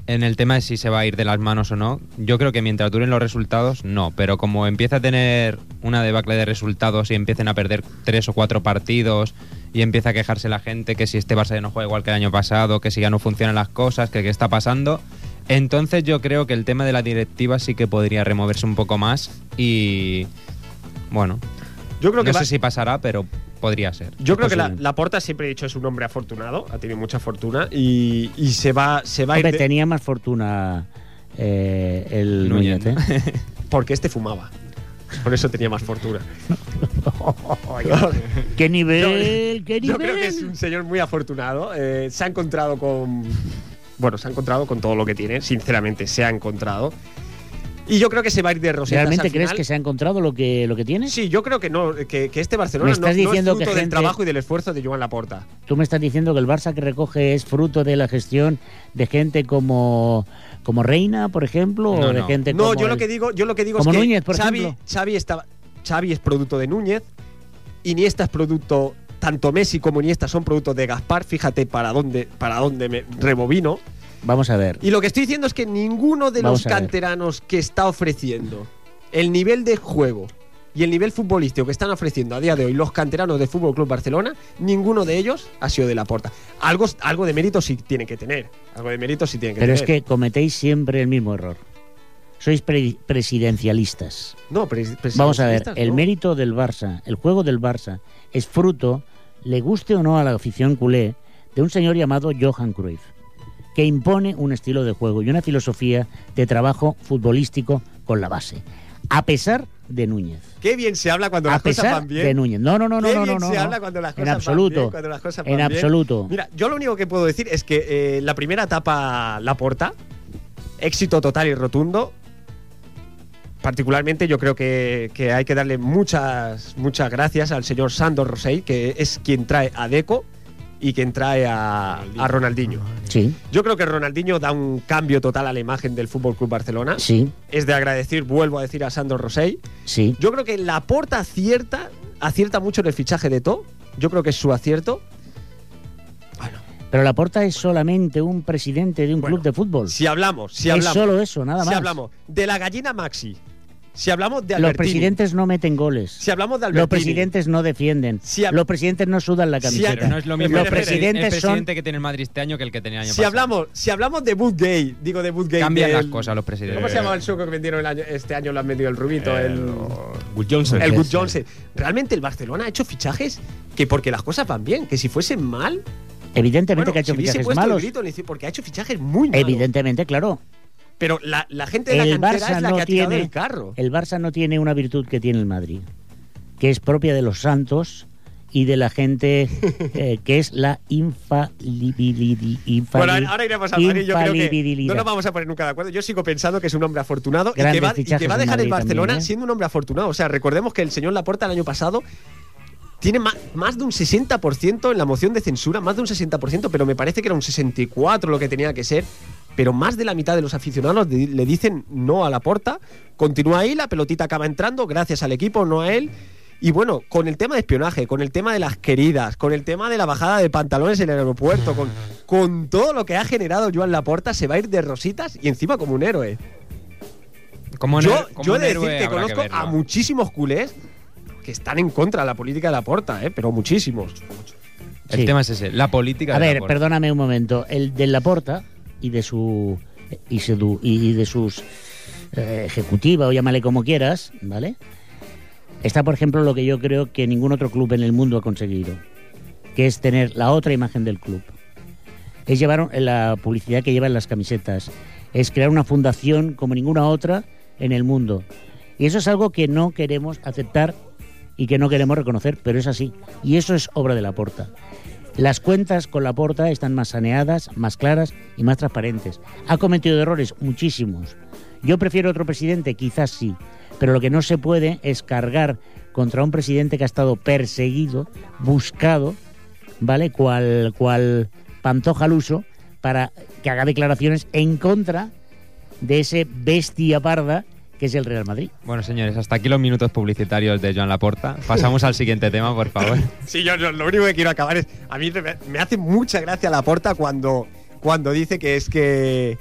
Speaker 6: en el tema de si se va a ir de las manos o no. Yo creo que mientras duren los resultados, no. Pero como empieza a tener una debacle de resultados y empiecen a perder tres o cuatro partidos y empieza a quejarse la gente que si este Barça ya no juega igual que el año pasado, que si ya no funcionan las cosas, que qué está pasando, entonces yo creo que el tema de la directiva sí que podría removerse un poco más y... Bueno,
Speaker 1: Yo creo que
Speaker 6: no
Speaker 1: va-
Speaker 6: sé si pasará, pero podría ser.
Speaker 1: Yo creo que la,
Speaker 2: posible.
Speaker 1: Porta siempre he dicho es un hombre afortunado, ha tenido mucha fortuna y, y se va, se va a ir
Speaker 2: Hombre,
Speaker 1: de-
Speaker 2: tenía más fortuna eh, el
Speaker 6: Núñez,
Speaker 2: Núñez, ¿eh?
Speaker 1: porque este fumaba. Por eso tenía más fortuna.
Speaker 2: ¿Qué nivel? ¿Qué nivel?
Speaker 1: Yo creo que es un señor muy afortunado. eh, se ha encontrado con. Bueno, se ha encontrado con todo lo que tiene, sinceramente, se ha encontrado. Y yo creo que se va a ir de Rosetta.
Speaker 2: ¿Realmente crees que se ha encontrado lo que, lo que tiene?
Speaker 1: Sí, yo creo que no, que, que este Barcelona
Speaker 2: Me
Speaker 1: no,
Speaker 2: estás
Speaker 1: no
Speaker 2: diciendo
Speaker 1: es
Speaker 2: que
Speaker 1: fruto del
Speaker 2: gente-
Speaker 1: trabajo y del esfuerzo de Joan Laporta.
Speaker 2: Tú me estás diciendo que el Barça que recoge es fruto de la gestión de gente como, como Reina, por ejemplo,
Speaker 6: No,
Speaker 2: o de
Speaker 6: no.
Speaker 2: gente
Speaker 1: No,
Speaker 2: como
Speaker 1: yo lo
Speaker 2: el-
Speaker 1: que digo, yo lo que digo
Speaker 2: como
Speaker 1: es que
Speaker 2: Núñez, por
Speaker 1: Xavi,
Speaker 2: ejemplo.
Speaker 1: Xavi estaba- Xavi es producto de Núñez, Iniesta es producto tanto Messi como Iniesta son producto de Gaspar, fíjate para dónde para dónde me rebobino.
Speaker 2: Vamos a ver.
Speaker 1: Y lo que estoy diciendo es que ninguno de
Speaker 2: Vamos
Speaker 1: los
Speaker 2: a ver.
Speaker 1: canteranos que está ofreciendo el nivel de juego y el nivel futbolístico que están ofreciendo a día de hoy los canteranos del Fútbol Club Barcelona, ninguno de ellos ha sido de la porta. Algo, algo de mérito sí tiene que tener. Algo de mérito sí tiene que
Speaker 2: Pero es
Speaker 1: tener.
Speaker 2: que cometéis siempre el mismo error. Sois pre- presidencialistas.
Speaker 1: No, pres-
Speaker 2: Vamos a ver,
Speaker 1: presidencialistas,
Speaker 2: el
Speaker 1: no.
Speaker 2: mérito del Barça, el juego del Barça, es fruto, le guste o no a la afición culé, de un señor llamado Johan Cruyff, que impone un estilo de juego y una filosofía de trabajo futbolístico con la base, a pesar de Núñez.
Speaker 1: Qué bien se habla cuando
Speaker 2: A
Speaker 1: las cosas
Speaker 2: pesar
Speaker 1: van bien.
Speaker 2: de Núñez. No, no, no, no,
Speaker 1: Qué
Speaker 2: no,
Speaker 1: bien
Speaker 2: no, no.
Speaker 1: se
Speaker 2: no.
Speaker 1: habla cuando las cosas
Speaker 2: en absoluto.
Speaker 1: van bien, cuando las cosas van
Speaker 2: en
Speaker 1: bien.
Speaker 2: absoluto.
Speaker 1: Mira, yo lo único que puedo decir es que eh, la primera etapa la porta, éxito total y rotundo. Particularmente yo creo que, que hay que darle muchas, muchas gracias al señor Sandor Rosell, que es quien trae a Deco. y quien trae a, a Ronaldinho.
Speaker 2: Sí,
Speaker 1: Yo creo que Ronaldinho da un cambio total a la imagen del Fútbol Club Barcelona.
Speaker 2: sí,
Speaker 1: Es de agradecer, vuelvo a decir, a Sandro Rosell.
Speaker 2: sí.
Speaker 1: Yo creo que la aporta acierta, acierta mucho en el fichaje de To. Yo creo que es su acierto.
Speaker 2: Pero Laporta es solamente un presidente de un
Speaker 1: Bueno,
Speaker 2: club de fútbol.
Speaker 1: Si hablamos, si
Speaker 2: es
Speaker 1: hablamos.
Speaker 2: solo eso, nada más.
Speaker 1: Si hablamos de la gallina Maxi, si hablamos de
Speaker 2: Los
Speaker 1: Albertini,
Speaker 2: presidentes no meten goles.
Speaker 1: si hablamos de Albertini,
Speaker 2: Los presidentes no defienden.
Speaker 1: Si ha-
Speaker 2: Los presidentes no sudan la
Speaker 1: Si ha-
Speaker 2: camiseta.
Speaker 6: Pero no es lo mismo
Speaker 2: Los
Speaker 6: el pre-
Speaker 2: presidentes
Speaker 6: el presidente
Speaker 2: son-
Speaker 6: que tiene el Madrid este año que el que tenía el año
Speaker 1: si
Speaker 6: pasado.
Speaker 1: hablamos, si hablamos de Woodgate, digo de Woodgate,
Speaker 6: Cambian
Speaker 1: del-
Speaker 6: las cosas los presidentes.
Speaker 1: ¿Cómo se llamaba el sueco que vendieron el año- este año? Lo han vendido el rubito,
Speaker 6: Eh,
Speaker 1: el,
Speaker 3: Will Johnson.
Speaker 1: Eh, el Good Johnson. Realmente el Barcelona ha hecho fichajes que porque las cosas van bien, que si fuesen mal,
Speaker 2: Evidentemente
Speaker 1: bueno,
Speaker 2: que ha hecho
Speaker 1: si hubiese
Speaker 2: fichajes
Speaker 1: puesto el
Speaker 2: malos.
Speaker 1: grito en el cielo, porque ha hecho fichajes muy malos.
Speaker 2: Evidentemente, claro.
Speaker 1: Pero la, la gente de la
Speaker 2: El
Speaker 1: cantera
Speaker 2: Barça
Speaker 1: es la
Speaker 2: no
Speaker 1: que ha tirado
Speaker 2: tiene
Speaker 1: el carro.
Speaker 2: El Barça no tiene una virtud que tiene el Madrid, que es propia de los santos y de la gente eh, que es la infalibilidad.
Speaker 1: Bueno, ahora- ahora iremos al Madrid. Yo creo que no nos vamos a poner nunca de acuerdo. Yo sigo pensando que es un hombre afortunado y que,
Speaker 2: Grandes
Speaker 1: va, y que
Speaker 2: fichajes
Speaker 1: va a dejar
Speaker 2: en
Speaker 1: el
Speaker 2: Madrid
Speaker 1: Barcelona
Speaker 2: también, ¿eh?
Speaker 1: siendo un hombre afortunado. O sea, recordemos que el señor Laporta el año pasado tiene ma- más, de un 60% en la moción de censura, más de un 60%, pero me parece que era un 64% lo que tenía que ser. Pero más de la mitad de los aficionados di- le dicen no a Laporta. Continúa ahí, la pelotita acaba entrando, gracias al equipo, no a él. Y bueno, con el tema de espionaje, con el tema de las queridas, con el tema de la bajada de pantalones en el aeropuerto, con, con todo lo que ha generado Joan Laporta, se va a ir de rositas y encima como un héroe.
Speaker 6: Como un
Speaker 1: Yo,
Speaker 6: her- como
Speaker 1: yo he
Speaker 6: un
Speaker 1: de
Speaker 6: héroe
Speaker 1: decir que
Speaker 6: habrá
Speaker 1: conozco
Speaker 6: verlo.
Speaker 1: a muchísimos culés que están en contra de la política de Laporta, ¿eh? pero muchísimos.
Speaker 6: El
Speaker 2: Sí.
Speaker 6: tema es ese, la política
Speaker 2: A
Speaker 6: de
Speaker 2: ver,
Speaker 6: Laporta.
Speaker 2: perdóname un momento. El de Laporta y de su y, su- y de sus eh, ejecutiva o llámale como quieras, ¿vale? Está, por ejemplo, lo que yo creo que ningún otro club en el mundo ha conseguido, que es tener la otra imagen del club. Es llevar eh, la publicidad que llevan las camisetas, es crear una fundación como ninguna otra en el mundo. Y eso es algo que no queremos aceptar y que no queremos reconocer, pero es así. Y eso es obra de Laporta. Las cuentas con la porta están más saneadas, más claras y más transparentes. Ha cometido errores muchísimos. Yo prefiero otro presidente, quizás sí, pero lo que no se puede es cargar contra un presidente que ha estado perseguido, buscado, ¿vale? Cual, cual pantoja al uso para que haga declaraciones en contra de ese bestia parda que es el Real Madrid.
Speaker 6: Bueno, señores, hasta aquí los minutos publicitarios de Joan Laporta. Pasamos al siguiente tema, por favor.
Speaker 1: Sí, yo, yo lo único que quiero acabar es. A mí me- me hace mucha gracia Laporta cuando, cuando dice que es que.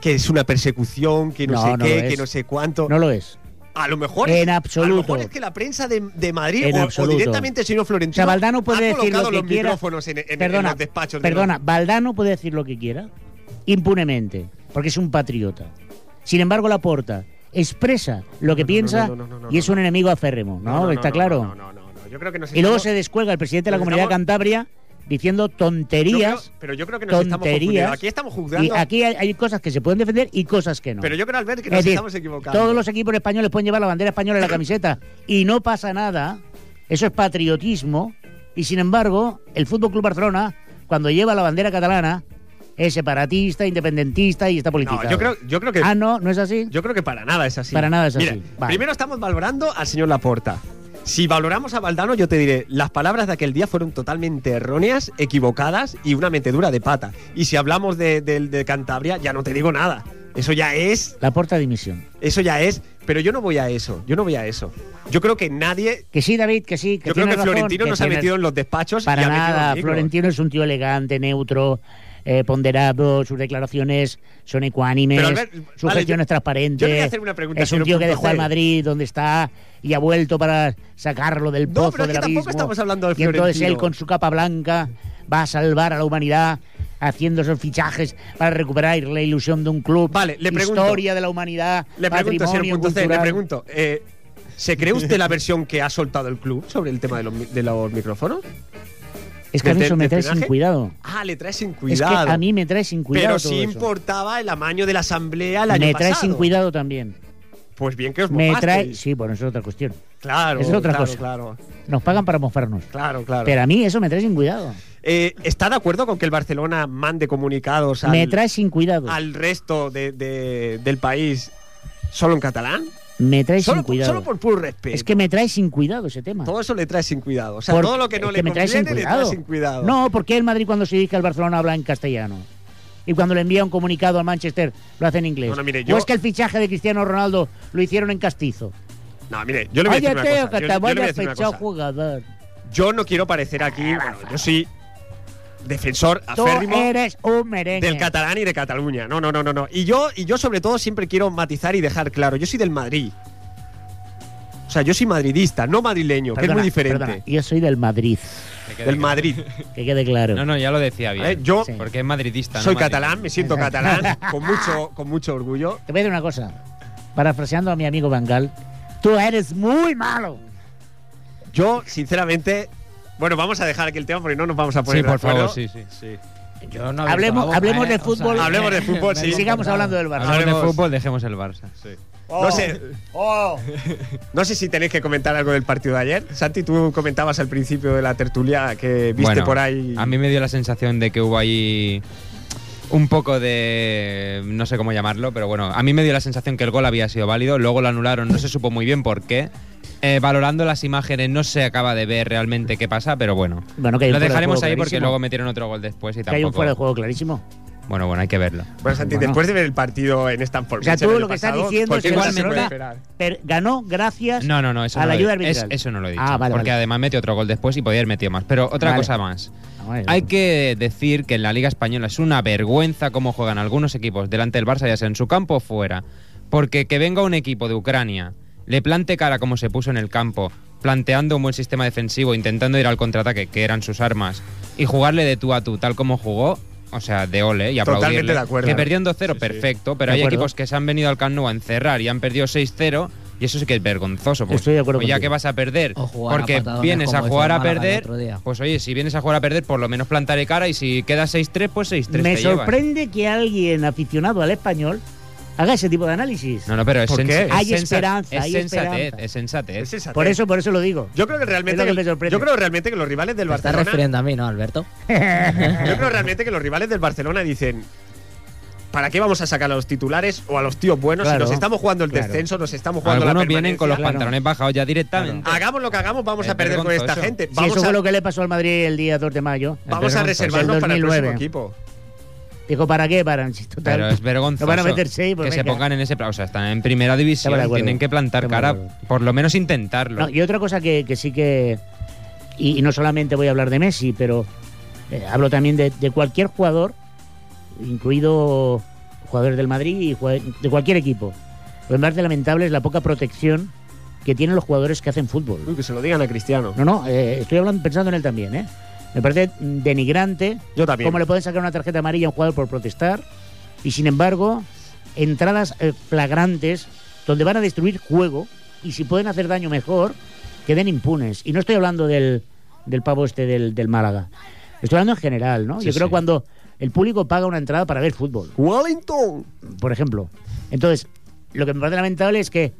Speaker 1: que es una persecución, que no,
Speaker 2: No,
Speaker 1: sé
Speaker 2: no
Speaker 1: qué,
Speaker 2: lo es.
Speaker 1: que no sé cuánto.
Speaker 2: No lo es.
Speaker 1: A lo mejor.
Speaker 2: En
Speaker 1: A
Speaker 2: absoluto.
Speaker 1: lo mejor es que la prensa de, de Madrid
Speaker 2: En
Speaker 1: o- o,
Speaker 2: absoluto.
Speaker 1: directamente el señor
Speaker 2: O sea,
Speaker 1: Florentino.
Speaker 2: Valdano puede
Speaker 1: ha
Speaker 2: decir lo
Speaker 1: colocado
Speaker 2: que
Speaker 1: los
Speaker 2: quiera.
Speaker 1: micrófonos en, en- en
Speaker 2: perdona,
Speaker 1: los despachos. de
Speaker 2: perdona, Valdano puede decir lo que quiera impunemente, porque es un patriota. Sin embargo, Laporta expresa lo que
Speaker 1: No, no,
Speaker 2: piensa
Speaker 1: no, no, no, no,
Speaker 2: y es
Speaker 1: no.
Speaker 2: un enemigo acérrimo,
Speaker 1: los-
Speaker 2: ¿no? Está claro.
Speaker 1: No, no, no, no. Yo creo que nos
Speaker 2: Y luego
Speaker 1: estamos-
Speaker 2: se descuelga el presidente de la
Speaker 1: Nos
Speaker 2: Comunidad
Speaker 1: estamos-
Speaker 2: Cantabria diciendo tonterías.
Speaker 1: Yo creo- pero yo creo que nos estamos
Speaker 2: tonterías.
Speaker 1: confundiendo. Aquí estamos juzgando.
Speaker 2: Y aquí hay, hay cosas que se pueden defender y cosas que no.
Speaker 1: Pero yo creo, Albert, que
Speaker 2: Es
Speaker 1: nos
Speaker 2: decir,
Speaker 1: estamos equivocando.
Speaker 2: Todos los equipos españoles pueden llevar la bandera española en la camiseta y no pasa nada. Eso es patriotismo. Y sin embargo, el Fútbol Club Barcelona, cuando lleva la bandera catalana, es separatista, independentista y está politizado.
Speaker 1: No, yo creo, yo creo que.
Speaker 2: Ah, no, no es así.
Speaker 1: Yo creo que para nada es así.
Speaker 2: Para nada es así.
Speaker 1: Mira,
Speaker 2: Vale.
Speaker 1: Primero estamos valorando al señor Laporta. Si valoramos a Valdano, yo te diré, las palabras de aquel día fueron totalmente erróneas, equivocadas y una metedura de pata. Y si hablamos de, del- de Cantabria, ya no te digo nada. Eso ya es,
Speaker 2: La porta dimisión.
Speaker 1: eso ya es. Pero yo no voy a eso, yo no voy a eso. Yo creo que nadie.
Speaker 2: Que sí, David, que sí. Que
Speaker 1: Yo creo que
Speaker 2: tienes razón,
Speaker 1: Florentino
Speaker 2: que
Speaker 1: nos ha
Speaker 2: tienes-
Speaker 1: metido en los despachos. y
Speaker 2: Para
Speaker 1: ha metido
Speaker 2: nada,
Speaker 1: al micro.
Speaker 2: Florentino es un tío elegante, neutro, eh, ponderado, sus declaraciones son ecuánimes,
Speaker 1: Pero, Albert,
Speaker 2: su
Speaker 1: vale,
Speaker 2: gestión
Speaker 1: yo-
Speaker 2: es transparente.
Speaker 1: yo le voy a hacer una pregunta,
Speaker 2: es un
Speaker 1: señor
Speaker 2: tío que
Speaker 1: punto
Speaker 2: dejó al
Speaker 1: C.
Speaker 2: Madrid donde está y ha vuelto para sacarlo del
Speaker 1: No,
Speaker 2: pozo
Speaker 1: pero es
Speaker 2: del
Speaker 1: que tampoco
Speaker 2: abismo.
Speaker 1: estamos hablando de
Speaker 2: y entonces
Speaker 1: Florentino.
Speaker 2: él con su capa blanca va a salvar a la humanidad haciendo esos fichajes para recuperar la ilusión de un club,
Speaker 1: Vale, le pregunto.
Speaker 2: historia de la humanidad,
Speaker 1: Le pregunto, señor
Speaker 2: patrimonio
Speaker 1: Punto C, le
Speaker 2: cultural.
Speaker 1: pregunto. eh, ¿Se cree usted la versión que ha soltado el club sobre el tema de los, mi- de los micrófonos?
Speaker 2: es que a mí
Speaker 1: ¿De-
Speaker 2: eso
Speaker 1: de-
Speaker 2: me
Speaker 1: de
Speaker 2: trae sin
Speaker 1: penaje?
Speaker 2: cuidado.
Speaker 1: Ah, le trae sin
Speaker 2: Es
Speaker 1: cuidado.
Speaker 2: que a mí me trae sin cuidado
Speaker 1: Pero
Speaker 2: todo
Speaker 1: sí
Speaker 2: eso.
Speaker 1: importaba el amaño de la asamblea el año
Speaker 2: me
Speaker 1: pasado.
Speaker 2: trae sin cuidado también.
Speaker 1: Pues bien que os
Speaker 2: Me
Speaker 1: mofasteis.
Speaker 2: trae. Sí, bueno, eso es otra cuestión.
Speaker 1: Claro,
Speaker 2: es otra
Speaker 1: claro,
Speaker 2: cosa.
Speaker 1: claro,
Speaker 2: Nos pagan para mofarnos.
Speaker 1: claro, claro.
Speaker 2: Pero a mí eso me trae sin cuidado.
Speaker 1: Eh, ¿Está de acuerdo con que el Barcelona mande comunicados al,
Speaker 2: me trae sin cuidado.
Speaker 1: al resto de- de- del país solo en catalán?
Speaker 2: Me trae
Speaker 1: Solo,
Speaker 2: sin
Speaker 1: por-
Speaker 2: cuidado.
Speaker 1: solo por puro respeto.
Speaker 2: Es que me trae sin cuidado ese tema.
Speaker 1: todo eso le trae sin cuidado. O sea,
Speaker 2: Por-
Speaker 1: todo lo que no
Speaker 2: es
Speaker 1: le
Speaker 2: me trae
Speaker 1: conviene le trae sin cuidado.
Speaker 2: No, porque el Madrid cuando se dirige al Barcelona habla en castellano. Y cuando le envía un comunicado al Manchester lo hace en inglés.
Speaker 1: Bueno, mire,
Speaker 2: O
Speaker 1: yo-
Speaker 2: es que el fichaje de Cristiano Ronaldo lo hicieron en castizo.
Speaker 1: No, mire, yo le voy a decir una
Speaker 2: Cállate,
Speaker 1: cosa.
Speaker 2: o
Speaker 1: Yo,
Speaker 2: que
Speaker 1: yo
Speaker 2: te
Speaker 1: le voy
Speaker 2: voy
Speaker 1: a
Speaker 2: a
Speaker 1: decir una
Speaker 2: fichar
Speaker 1: cosa.
Speaker 2: jugador.
Speaker 1: Yo no quiero parecer aquí, bueno, yo sí defensor
Speaker 2: Tú
Speaker 1: aférrimo
Speaker 2: eres un merengue.
Speaker 1: del catalán y de Cataluña. No, no, no, no, no. Y yo, y yo sobre todo siempre quiero matizar y dejar claro, yo soy del Madrid. O sea, yo soy madridista, no madrileño, que es
Speaker 2: Perdona,
Speaker 1: muy diferente.
Speaker 2: perdona, yo soy del Madrid,
Speaker 6: Que quede
Speaker 1: Del
Speaker 6: claro.
Speaker 1: Madrid.
Speaker 2: que quede claro.
Speaker 6: No, no, ya lo decía bien.
Speaker 1: ¿vale? Yo
Speaker 2: Sí.
Speaker 6: Porque es madridista. no
Speaker 1: soy
Speaker 6: madridista.
Speaker 1: catalán, me siento catalán, con mucho, con mucho orgullo.
Speaker 2: Te voy a decir una cosa. Parafraseando a mi amigo Bangal, tú eres muy malo.
Speaker 1: Yo, sinceramente, bueno, vamos a dejar aquí el tema porque no nos vamos a poner
Speaker 6: Sí,
Speaker 1: de
Speaker 6: por favor,
Speaker 1: acuerdo.
Speaker 6: sí, sí.
Speaker 3: Sí.
Speaker 4: Yo no he
Speaker 2: Hablemos-
Speaker 4: abierto la boca,
Speaker 2: hablemos
Speaker 4: ¿eh?
Speaker 2: de
Speaker 4: O sea,
Speaker 2: fútbol.
Speaker 1: Hablemos de fútbol,
Speaker 4: me
Speaker 1: sí.
Speaker 4: he
Speaker 2: Sigamos
Speaker 4: comportado.
Speaker 2: hablando del Barça.
Speaker 6: Hablamos de
Speaker 1: Hablemos-
Speaker 6: fútbol, dejemos el Barça.
Speaker 3: Sí.
Speaker 1: No
Speaker 6: Oh,
Speaker 1: sé. No sé si tenéis que comentar algo del partido de ayer. Santi, tú comentabas al principio de la tertulia que viste
Speaker 6: Bueno,
Speaker 1: por ahí.
Speaker 6: A mí me dio la sensación de que hubo ahí un poco de. No sé cómo llamarlo, pero bueno, a mí me dio la sensación que el gol había sido válido. Luego lo anularon, no se supo muy bien por qué. Eh, valorando las imágenes, no se acaba de ver realmente qué pasa, pero bueno.
Speaker 2: Bueno, que hay un
Speaker 6: Lo
Speaker 2: fuera de
Speaker 6: dejaremos
Speaker 2: juego
Speaker 6: ahí porque
Speaker 2: clarísimo.
Speaker 6: luego metieron otro gol después y
Speaker 2: Que hay un
Speaker 6: tampoco.
Speaker 2: fuera de juego clarísimo.
Speaker 6: bueno, bueno, hay que verlo.
Speaker 1: Bueno, Santi,
Speaker 2: Bueno.
Speaker 1: después de ver el partido en Stamford
Speaker 2: O sea,
Speaker 1: Bridge el
Speaker 2: tú
Speaker 1: año
Speaker 2: lo que estás
Speaker 1: pasado,
Speaker 2: diciendo es
Speaker 1: cualquier
Speaker 2: que el
Speaker 1: cosa se puede
Speaker 2: Barcelona
Speaker 1: esperar.
Speaker 2: per- ganó gracias
Speaker 6: No, no, no, eso
Speaker 2: a
Speaker 6: no
Speaker 2: la
Speaker 6: lo-
Speaker 2: ayuda
Speaker 6: es-
Speaker 2: arbitral.
Speaker 6: eso no lo he dicho.
Speaker 2: Ah, vale,
Speaker 6: porque
Speaker 2: vale.
Speaker 6: además metió otro gol después y podía haber metido más. Pero otra
Speaker 2: Vale.
Speaker 6: cosa más.
Speaker 2: Ah, vale.
Speaker 6: Hay que decir que en la Liga Española es una vergüenza cómo juegan algunos equipos delante del Barça, ya sea en su campo o fuera. Porque que venga un equipo de Ucrania, le plante cara como se puso en el campo, planteando un buen sistema defensivo, intentando ir al contraataque, que eran sus armas, y jugarle de tú a tú, tal como jugó, o sea, de ole y
Speaker 1: Totalmente
Speaker 6: aplaudirle.
Speaker 1: de acuerdo.
Speaker 6: Que perdió 2-0,
Speaker 3: Sí, sí.
Speaker 6: perfecto, pero
Speaker 2: De
Speaker 6: hay
Speaker 2: acuerdo.
Speaker 6: equipos que se han venido al Camp Nou a encerrar y han perdido 6-0, y eso sí que es vergonzoso. Pues,
Speaker 2: Estoy de acuerdo
Speaker 6: pues ya
Speaker 2: contigo.
Speaker 6: que vas a perder,
Speaker 4: O jugar a
Speaker 6: porque
Speaker 4: patadones
Speaker 6: vienes a
Speaker 4: como hizo
Speaker 6: jugar
Speaker 4: el
Speaker 6: a
Speaker 4: Málaga el
Speaker 6: perder,
Speaker 4: otro día.
Speaker 6: pues oye, si vienes a jugar a perder, por lo menos plantaré cara y si queda 6-3, pues 6-3
Speaker 2: Me
Speaker 6: te llevas.
Speaker 2: sorprende que alguien aficionado al español haga ese tipo de análisis.
Speaker 6: No, no, pero es,
Speaker 1: ¿Por
Speaker 6: sens-
Speaker 1: qué?
Speaker 6: es
Speaker 2: Hay
Speaker 6: sensa-
Speaker 2: esperanza,
Speaker 6: es
Speaker 2: hay
Speaker 6: sensatez,
Speaker 2: esperanza.
Speaker 6: es sensatez.
Speaker 1: Es sensatez.
Speaker 2: Por eso, por eso lo digo.
Speaker 1: Yo creo que realmente.
Speaker 2: Es lo que me
Speaker 1: yo
Speaker 2: sorprende.
Speaker 1: creo realmente que los rivales del
Speaker 4: Te estás
Speaker 1: Barcelona.
Speaker 4: refiriendo a mí, ¿no, Alberto?
Speaker 1: Yo creo realmente que los rivales del Barcelona dicen. ¿Para qué vamos a sacar a los titulares o a los tíos buenos
Speaker 2: Claro.
Speaker 1: si nos estamos jugando el
Speaker 2: Claro.
Speaker 1: descenso, nos estamos jugando
Speaker 6: Algunos
Speaker 1: la
Speaker 6: vienen con los
Speaker 1: permanencia?
Speaker 2: Claro.
Speaker 6: pantalones bajados ya directamente.
Speaker 1: Hagamos lo que hagamos, vamos
Speaker 6: Es
Speaker 1: a perder con esta
Speaker 6: vergonzoso.
Speaker 1: gente.
Speaker 2: Si
Speaker 1: Vamos
Speaker 2: eso
Speaker 1: a,
Speaker 2: fue lo que le pasó al Madrid el día 2 de mayo.
Speaker 1: vamos a
Speaker 6: Es vergonzoso.
Speaker 1: reservarnos para el próximo
Speaker 2: 2009.
Speaker 1: equipo.
Speaker 2: Dijo, ¿para qué? Para si total.
Speaker 6: Pero es vergonzoso
Speaker 2: No van a meter seis, pues
Speaker 6: que se
Speaker 2: venga.
Speaker 6: pongan en ese plan. O sea, están en primera
Speaker 2: Estamos de
Speaker 6: división,
Speaker 2: acuerdo.
Speaker 6: tienen que plantar
Speaker 2: Estamos de
Speaker 6: cara,
Speaker 2: acuerdo.
Speaker 6: por lo menos intentarlo.
Speaker 2: No, y otra cosa que, que sí que. Y, y no solamente voy a hablar de Messi, pero eh, hablo también de, de cualquier jugador, incluido jugadores del Madrid y jue- de cualquier equipo. Lo más de lamentable es la poca protección que tienen los jugadores que hacen fútbol.
Speaker 1: Uy, que se lo digan a Cristiano.
Speaker 2: No, no, eh, estoy hablando, pensando en él también, ¿eh? Me parece denigrante
Speaker 1: Yo
Speaker 6: Ah,
Speaker 1: también.
Speaker 2: cómo le pueden sacar una tarjeta amarilla a un jugador por protestar y, sin embargo, entradas eh, flagrantes donde van a destruir juego y si pueden hacer daño mejor, queden impunes. Y no estoy hablando del, del pavo este del, del Málaga. Estoy hablando en general, ¿no?
Speaker 6: Sí,
Speaker 2: Yo creo
Speaker 6: sí.
Speaker 2: cuando el público paga una entrada para ver fútbol
Speaker 1: Wellington.
Speaker 2: por ejemplo. Entonces, lo que me parece lamentable es que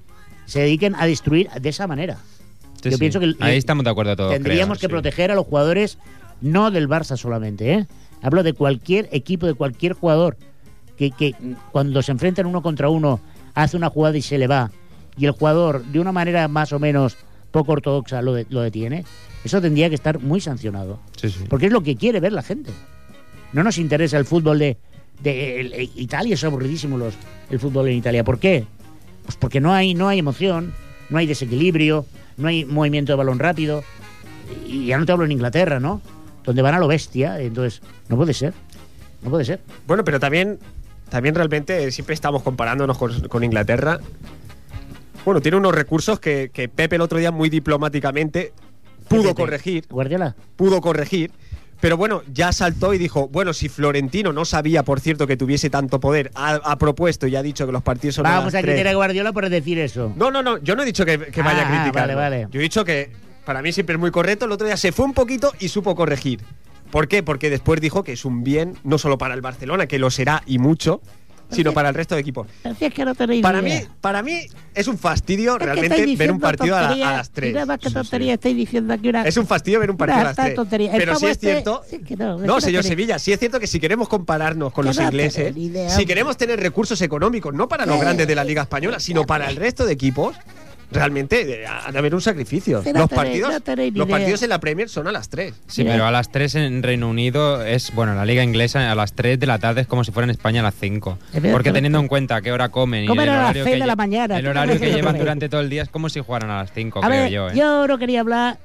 Speaker 2: se dediquen a destruir de esa manera.
Speaker 6: Sí,
Speaker 2: yo
Speaker 6: sí.
Speaker 2: pienso que-
Speaker 6: Ahí estamos de acuerdo todos.
Speaker 2: Tendríamos que
Speaker 6: creo, sí.
Speaker 2: proteger a los jugadores, no del Barça solamente, ¿eh? Hablo de cualquier equipo, de cualquier jugador que, que cuando se enfrentan uno contra uno hace una jugada y se le va, y el jugador de una manera más o menos poco ortodoxa lo, de- lo detiene, eso tendría que estar muy sancionado.
Speaker 6: Sí, sí.
Speaker 2: Porque es lo que quiere ver la gente. No nos interesa el fútbol de, de- el- el- Italia, es aburridísimo los, el fútbol en Italia. ¿Por qué? Pues porque no hay, no hay emoción, no hay desequilibrio, no hay movimiento de balón rápido. Y ya no te hablo en Inglaterra, ¿no? Donde van a lo bestia. Entonces, no puede ser. No puede ser.
Speaker 1: Bueno, pero también, también realmente eh, siempre estamos comparándonos con, con Inglaterra. Bueno, tiene unos recursos que, que Pepe el otro día muy diplomáticamente pudo
Speaker 2: Fíjate,
Speaker 1: corregir,
Speaker 2: Guardiola.
Speaker 1: pudo corregir. Pero bueno, ya saltó y dijo, bueno, si Florentino no sabía, por cierto, que tuviese tanto poder, ha, ha propuesto y ha dicho que los partidos son a
Speaker 2: Vamos
Speaker 1: las
Speaker 2: a
Speaker 1: tres.
Speaker 2: quitar a Guardiola por decir eso.
Speaker 1: No, no, no, yo no he dicho que, que vaya a
Speaker 2: Ah,
Speaker 1: criticar.
Speaker 2: vale, vale.
Speaker 1: Yo he dicho que para mí siempre es muy correcto. El otro día se fue un poquito y supo corregir. ¿Por qué? Porque después dijo que es un bien no solo para el Barcelona, que lo será y mucho, sino para el resto de equipos.
Speaker 2: Así es que no tenéis
Speaker 1: Para
Speaker 2: ni
Speaker 1: mí,
Speaker 2: idea.
Speaker 1: para mí es un fastidio
Speaker 2: Es que estáis
Speaker 1: realmente ver
Speaker 2: diciendo
Speaker 1: un partido a, la- a
Speaker 2: tonterías.
Speaker 1: las 3.
Speaker 2: Mirad más que tontería, estáis diciendo aquí una.
Speaker 1: Es un fastidio ver un partido a
Speaker 2: Una
Speaker 1: las
Speaker 2: tal
Speaker 1: 3.
Speaker 2: tontería. El
Speaker 1: Pero sí
Speaker 2: pavo
Speaker 1: es
Speaker 2: este-
Speaker 1: cierto.
Speaker 2: sí que no, es
Speaker 1: No,
Speaker 2: una
Speaker 1: señor
Speaker 2: tontería.
Speaker 1: Sevilla, sí es cierto que si queremos compararnos con
Speaker 2: Que
Speaker 1: los
Speaker 2: no
Speaker 1: ingleses,
Speaker 2: tenéis ni idea,
Speaker 1: si
Speaker 2: hombre.
Speaker 1: queremos tener recursos económicos, no para los grandes de la Liga Española, sino para el resto de equipos, realmente eh, ha de haber un sacrificio.
Speaker 2: Que no
Speaker 1: Los
Speaker 2: tenéis-
Speaker 1: partidos
Speaker 2: no tenéis ni
Speaker 1: los
Speaker 2: idea.
Speaker 1: partidos en la Premier son a las 3.
Speaker 6: Sí,
Speaker 2: Mira.
Speaker 6: pero a las 3 en Reino Unido es, bueno, la liga inglesa a las 3 de la tarde es como si fuera en España a las 5.
Speaker 2: Evidentemente.
Speaker 6: Porque teniendo en cuenta qué hora comen y
Speaker 2: Comen
Speaker 6: el
Speaker 2: a las
Speaker 6: horario
Speaker 2: seis
Speaker 6: que
Speaker 2: de la
Speaker 6: lle-
Speaker 2: mañana,
Speaker 6: el
Speaker 2: tú
Speaker 6: horario que
Speaker 2: también.
Speaker 6: llevan durante todo el día es como si jugaran a las 5,
Speaker 2: A
Speaker 6: creo
Speaker 2: ver,
Speaker 6: yo, ¿eh?
Speaker 2: no quería hablar,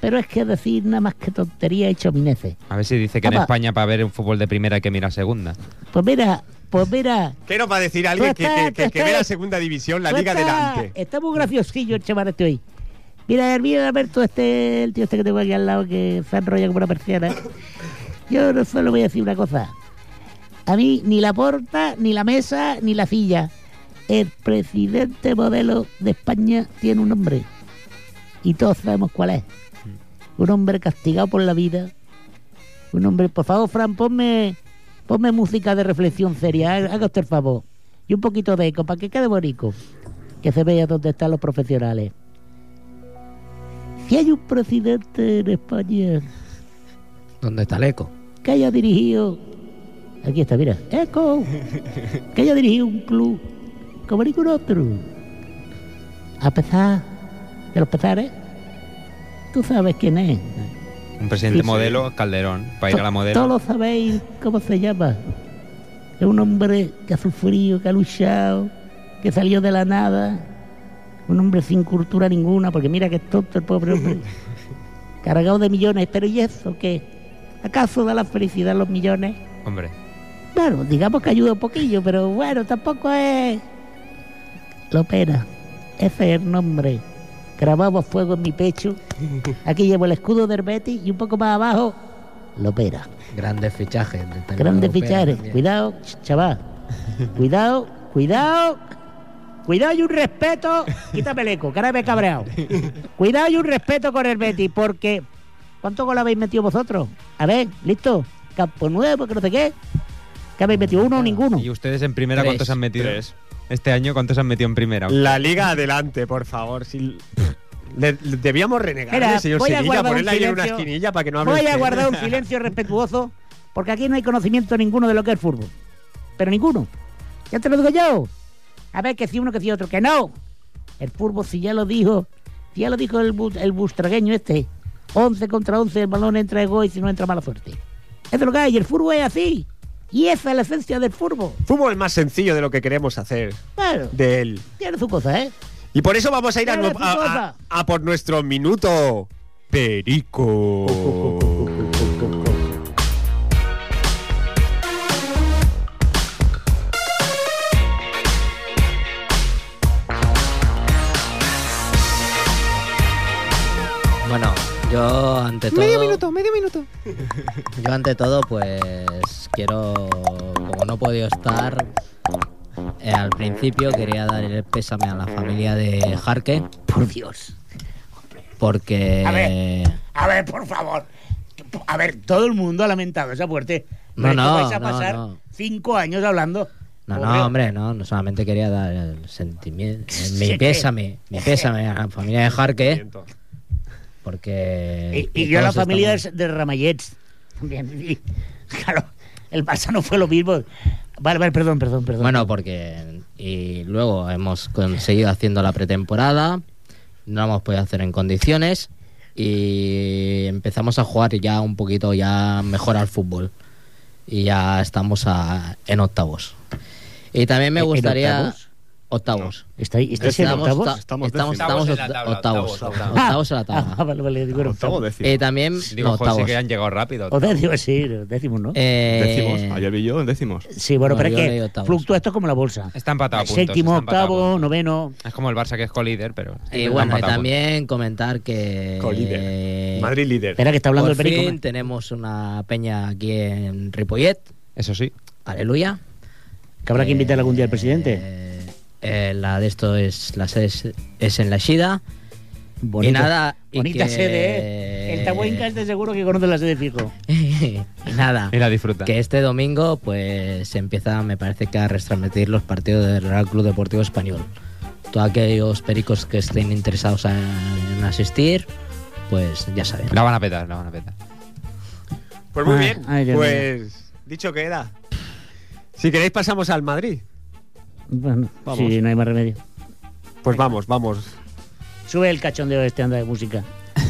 Speaker 2: pero es que decir nada más que tontería y chomineces.
Speaker 6: A ver si dice que en
Speaker 2: Apa.
Speaker 6: España para ver un fútbol de primera hay que mirar segunda.
Speaker 2: Pues mira, pues mira.
Speaker 1: ¿Qué nos va a decir alguien que, que- que- que ve la segunda división, la
Speaker 2: tú
Speaker 1: Liga
Speaker 2: estás-
Speaker 1: delante?
Speaker 2: Está muy graciosillo el chaval este hoy. Mira, mira, Alberto, este, el tío este que tengo aquí al lado, que se enrolla como una persiana. Yo no solo voy a decir una cosa. A mí ni la porta, ni la mesa, ni la silla. El presidente modelo de España tiene un nombre. Y todos sabemos cuál es. Un hombre castigado por la vida. Un hombre, por favor, Fran, ponme, ponme música de reflexión seria. ha- Haga usted el favor. Y un poquito de eco, para que quede bonito. Que se vea dónde están los profesionales. Si hay un presidente en España
Speaker 4: ¿Dónde está el eco?
Speaker 2: que haya dirigido. Aquí está, mira. ¡Eco! Que haya dirigido un club como ningún otro. A pesar de los pesares, tú sabes quién es.
Speaker 6: Un presidente
Speaker 2: Sí, sí.
Speaker 6: modelo, Calderón, para ir a la
Speaker 2: Todos
Speaker 6: modelo.
Speaker 2: lo sabéis cómo se llama. Es un hombre que ha sufrido, que ha luchado, que salió de la nada. Un hombre sin cultura ninguna, porque mira que es tonto el pobre hombre. Cargado de millones, pero ¿y eso qué? ¿Acaso da la felicidad los millones?
Speaker 6: Hombre,
Speaker 2: Claro, digamos que ayuda un poquillo, pero bueno, tampoco es. Lopera, pues, ese es el nombre. Grabado a fuego en mi pecho. Aquí llevo el escudo del Betis y un poco más abajo, Lopera.
Speaker 4: Grandes fichajes.
Speaker 2: Grandes fichares. Cuidado, ch- chaval. Cuidado, cuidado. Cuidado y un respeto. Quítame el eco, que ahora me he cabreado. Cuidado y un respeto con el Betis, porque. ¿Cuánto gol habéis metido vosotros? A ver, listo. Campo nuevo, que no sé qué. ¿Qué habéis metido? ¿Uno o ninguno?
Speaker 6: ¿y ustedes en primera
Speaker 4: Tres,
Speaker 6: cuántos han metido?
Speaker 3: tres.
Speaker 6: Este año cuántos han metido en primera?
Speaker 1: La Liga adelante, por favor. Si- Le- le- debíamos renegar,
Speaker 2: Mira,
Speaker 1: señor
Speaker 2: voy a
Speaker 1: Sevilla,
Speaker 2: guardar un
Speaker 1: ponerle ahí en una
Speaker 2: silencio.
Speaker 1: esquinilla para que no hable.
Speaker 2: Voy a
Speaker 1: usted.
Speaker 2: guardar un silencio respetuoso, porque aquí no hay conocimiento ninguno de lo que es el fútbol. Pero ninguno. Ya te lo digo yo. A ver, que si uno, que si otro, que no. El fútbol, si ya lo dijo, si ya lo dijo el, bu- el bustragueño este, 11 contra 11, el balón entra de gol y si no entra mala suerte. Eso es lo que hay, el fútbol es así. Y esa es la esencia del fútbol.
Speaker 1: Fútbol más sencillo de lo que queremos hacer
Speaker 2: Bueno,
Speaker 1: de él.
Speaker 2: tiene su cosa, ¿eh?
Speaker 1: Y por eso vamos a ir a,
Speaker 2: Dale,
Speaker 1: nu- a- a-
Speaker 2: putosa.
Speaker 1: a por nuestro minuto perico.
Speaker 4: Bueno, yo ante todo. Medio minuto, medio minuto. Yo ante todo, pues quiero. Como no he podido estar. eh, al principio quería dar el pésame a la familia de Jarque.
Speaker 2: Por Dios.
Speaker 4: Porque.
Speaker 2: A ver. A ver, por favor. A ver, todo el mundo ha lamentado esa muerte. Pero
Speaker 4: No,
Speaker 2: es que
Speaker 4: no,
Speaker 2: vais a
Speaker 4: no,
Speaker 2: pasar
Speaker 4: no.
Speaker 2: cinco años hablando.
Speaker 4: No,
Speaker 2: Pobre.
Speaker 4: no, hombre, no, no solamente quería dar el sentimiento.
Speaker 2: Sí,
Speaker 4: Mi
Speaker 2: que-
Speaker 4: pésame, mi pésame a la familia de Jarque,
Speaker 1: Siento.
Speaker 4: porque.
Speaker 2: Y, y yo a la
Speaker 4: todos
Speaker 2: familia
Speaker 4: estamos-
Speaker 2: de, de Ramallets también. Y, claro, el Barça no fue lo mismo. Vale, vale, perdón, perdón, perdón.
Speaker 4: Bueno, porque. Y luego hemos conseguido haciendo la pretemporada. No la hemos podido hacer en condiciones. Y empezamos a jugar ya un poquito ya mejor al fútbol. Y ya estamos a- en octavos. Y también me
Speaker 2: ¿En
Speaker 4: gustaría.
Speaker 2: octavos?
Speaker 4: Octavos.
Speaker 2: ¿estáis estáis en
Speaker 4: Estamos,
Speaker 2: octavos?
Speaker 4: ta-
Speaker 3: Estamos
Speaker 4: estamos, estamos,
Speaker 6: décimos.
Speaker 4: oct-
Speaker 6: Octavos en la tabla,
Speaker 4: octavos.
Speaker 6: octavos, octavos.
Speaker 4: Octavos en la
Speaker 2: Ah,
Speaker 4: tabla.
Speaker 2: vale, vale, digo,
Speaker 3: Octavo
Speaker 2: octavos.
Speaker 3: décimo.
Speaker 4: Eh, también.
Speaker 6: Digo,
Speaker 4: no,
Speaker 6: José,
Speaker 4: octavos.
Speaker 6: que han llegado rápido.
Speaker 2: O décimo, sí, décimo, ¿no?
Speaker 4: Eh,
Speaker 3: Décimos. Ayer vi yo en décimos.
Speaker 2: sí, bueno,
Speaker 4: no,
Speaker 2: pero
Speaker 4: yo leí
Speaker 2: es que
Speaker 4: octavos.
Speaker 2: fluctúa esto como la bolsa.
Speaker 6: Está empatado a puntos.
Speaker 2: Séptimo,
Speaker 6: está empatado a
Speaker 2: octavo,
Speaker 6: puntos.
Speaker 2: noveno.
Speaker 6: Es como el Barça que es colíder, pero...
Speaker 4: Y
Speaker 6: está
Speaker 4: bueno, y
Speaker 6: empatado a puntos.
Speaker 4: también comentar que. eh,
Speaker 1: Colíder. Madrid líder.
Speaker 2: Espera que está hablando
Speaker 4: Por
Speaker 2: el perico.
Speaker 4: fin tenemos una peña aquí en Ripollet.
Speaker 6: Eso sí.
Speaker 4: Aleluya.
Speaker 2: Que habrá que invitar algún día al
Speaker 4: Eh,
Speaker 2: presidente.
Speaker 4: eh, la de esto es la sede es, es en la Shida.
Speaker 2: Bonita,
Speaker 4: y nada. y
Speaker 2: Bonita
Speaker 4: que-
Speaker 2: sede, ¿eh? El Tabuenca este seguro que conoce la sede fijo.
Speaker 4: y nada.
Speaker 6: Y la disfruta.
Speaker 4: Que este domingo, pues se empieza, me parece que a retransmitir los partidos del Real Club Deportivo Español. Todos aquellos pericos que estén interesados en, en asistir, pues ya saben.
Speaker 6: La van a petar, la van a petar.
Speaker 1: Pues muy
Speaker 2: Ay,
Speaker 1: bien.
Speaker 2: Ah, ay, Dios
Speaker 1: pues dicho queda. Si queréis pasamos al Madrid.
Speaker 2: Bueno,
Speaker 1: Vamos.
Speaker 2: sí, no hay más remedio.
Speaker 1: Pues vamos, vamos.
Speaker 2: Sube el cachondeo este anda de música.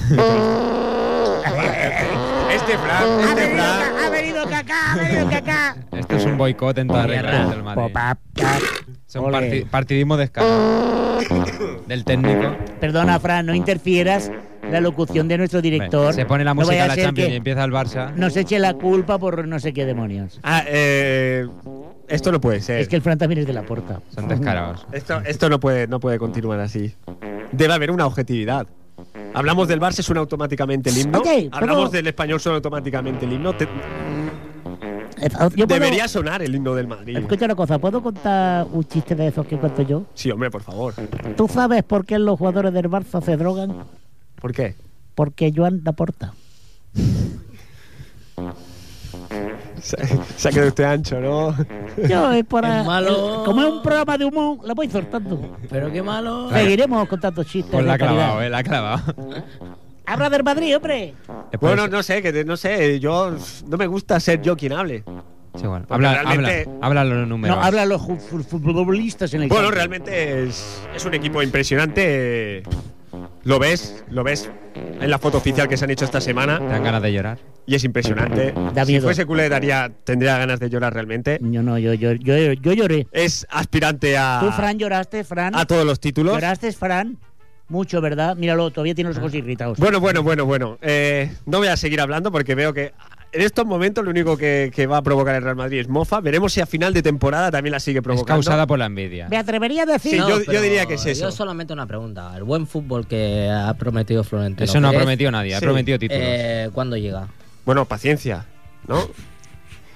Speaker 1: Este
Speaker 2: Ah,
Speaker 1: plan, este plan.
Speaker 6: Esto es un boicot en todas
Speaker 4: Mierda.
Speaker 6: reglas del Madrid.
Speaker 2: Pop, pop.
Speaker 6: Es un
Speaker 2: Ole.
Speaker 6: parti- partidismo descarado del técnico.
Speaker 2: Perdona, Fran, no interfieras la locución de nuestro director.
Speaker 6: Se pone la
Speaker 2: No
Speaker 6: música
Speaker 2: vaya
Speaker 6: de
Speaker 2: a
Speaker 6: la
Speaker 2: ser
Speaker 6: Champions
Speaker 2: que
Speaker 6: y empieza el Barça.
Speaker 2: Nos eche la culpa por no sé qué demonios.
Speaker 1: Ah, eh, esto no puede ser.
Speaker 2: Es que el Fran también es de la porta.
Speaker 6: Son descarados.
Speaker 1: Esto, esto no, puede, no puede continuar así. Debe haber una objetividad. Hablamos del Barça, suena automáticamente el himno.
Speaker 2: Oye, ¿puedo-
Speaker 1: Hablamos del español, suena automáticamente el himno. Te-
Speaker 2: Eh, Yo puedo-
Speaker 1: debería sonar el himno del Madrid.
Speaker 2: Eh, Escucha una cosa, ¿puedo contar un chiste de esos que cuento yo?
Speaker 1: Sí, hombre, por favor.
Speaker 2: ¿Tú sabes por qué los jugadores del Barça se drogan?
Speaker 1: ¿Por qué?
Speaker 2: Porque Joan da porta.
Speaker 1: Se, se ha quedado usted ancho, ¿no?
Speaker 2: Yo es para.
Speaker 4: Es malo.
Speaker 2: el- como es un programa de humor, lo voy soltando.
Speaker 4: Pero qué malo.
Speaker 2: Seguiremos contando chistes.
Speaker 6: Pues
Speaker 2: de
Speaker 6: la ha
Speaker 2: calidad.
Speaker 6: clavado, eh, la ha clavado.
Speaker 2: Habla del Madrid, hombre.
Speaker 6: Después-
Speaker 1: Bueno, no sé, que te- no sé. Yo no me gusta ser yo quien hable.
Speaker 6: Sí, bueno,
Speaker 1: porque
Speaker 6: habla,
Speaker 1: realmente-
Speaker 6: habla, habla los números.
Speaker 2: No, hablan los ju- fu- futbolistas en el
Speaker 1: Bueno,
Speaker 2: campo.
Speaker 1: realmente es, es un equipo impresionante. Lo ves, lo ves en la foto oficial que se han hecho esta
Speaker 6: Te
Speaker 1: semana
Speaker 6: dan ganas de llorar.
Speaker 1: y es impresionante.
Speaker 2: Da
Speaker 1: Si
Speaker 2: miedo.
Speaker 1: fuese culé daría, tendría ganas de llorar realmente.
Speaker 2: Yo no, yo, yo, yo, yo lloré.
Speaker 1: Es aspirante a,
Speaker 2: Tú, Fran, lloraste, Fran.
Speaker 1: Ah. a todos los títulos.
Speaker 2: Lloraste, Fran. Mucho, ¿verdad? Míralo, todavía tiene los ojos irritados.
Speaker 1: Ah. Pues Bueno, bueno, bueno, bueno. Eh, no voy a seguir hablando porque veo que en estos momentos lo único que, que va a provocar el Real Madrid es mofa. Veremos si a final de temporada también la sigue
Speaker 6: Es
Speaker 1: provocando.
Speaker 6: causada por la envidia.
Speaker 2: Me atrevería a decir.
Speaker 1: Sí, yo- yo
Speaker 4: pero
Speaker 1: diría que es eso.
Speaker 4: Yo solamente una pregunta. El buen fútbol que ha prometido Florentino.
Speaker 6: Eso no ha
Speaker 4: Pérez,
Speaker 6: prometido nadie, ha
Speaker 1: Sí.
Speaker 6: prometido títulos.
Speaker 4: Eh, ¿Cuándo llega?
Speaker 1: Bueno, paciencia, ¿no?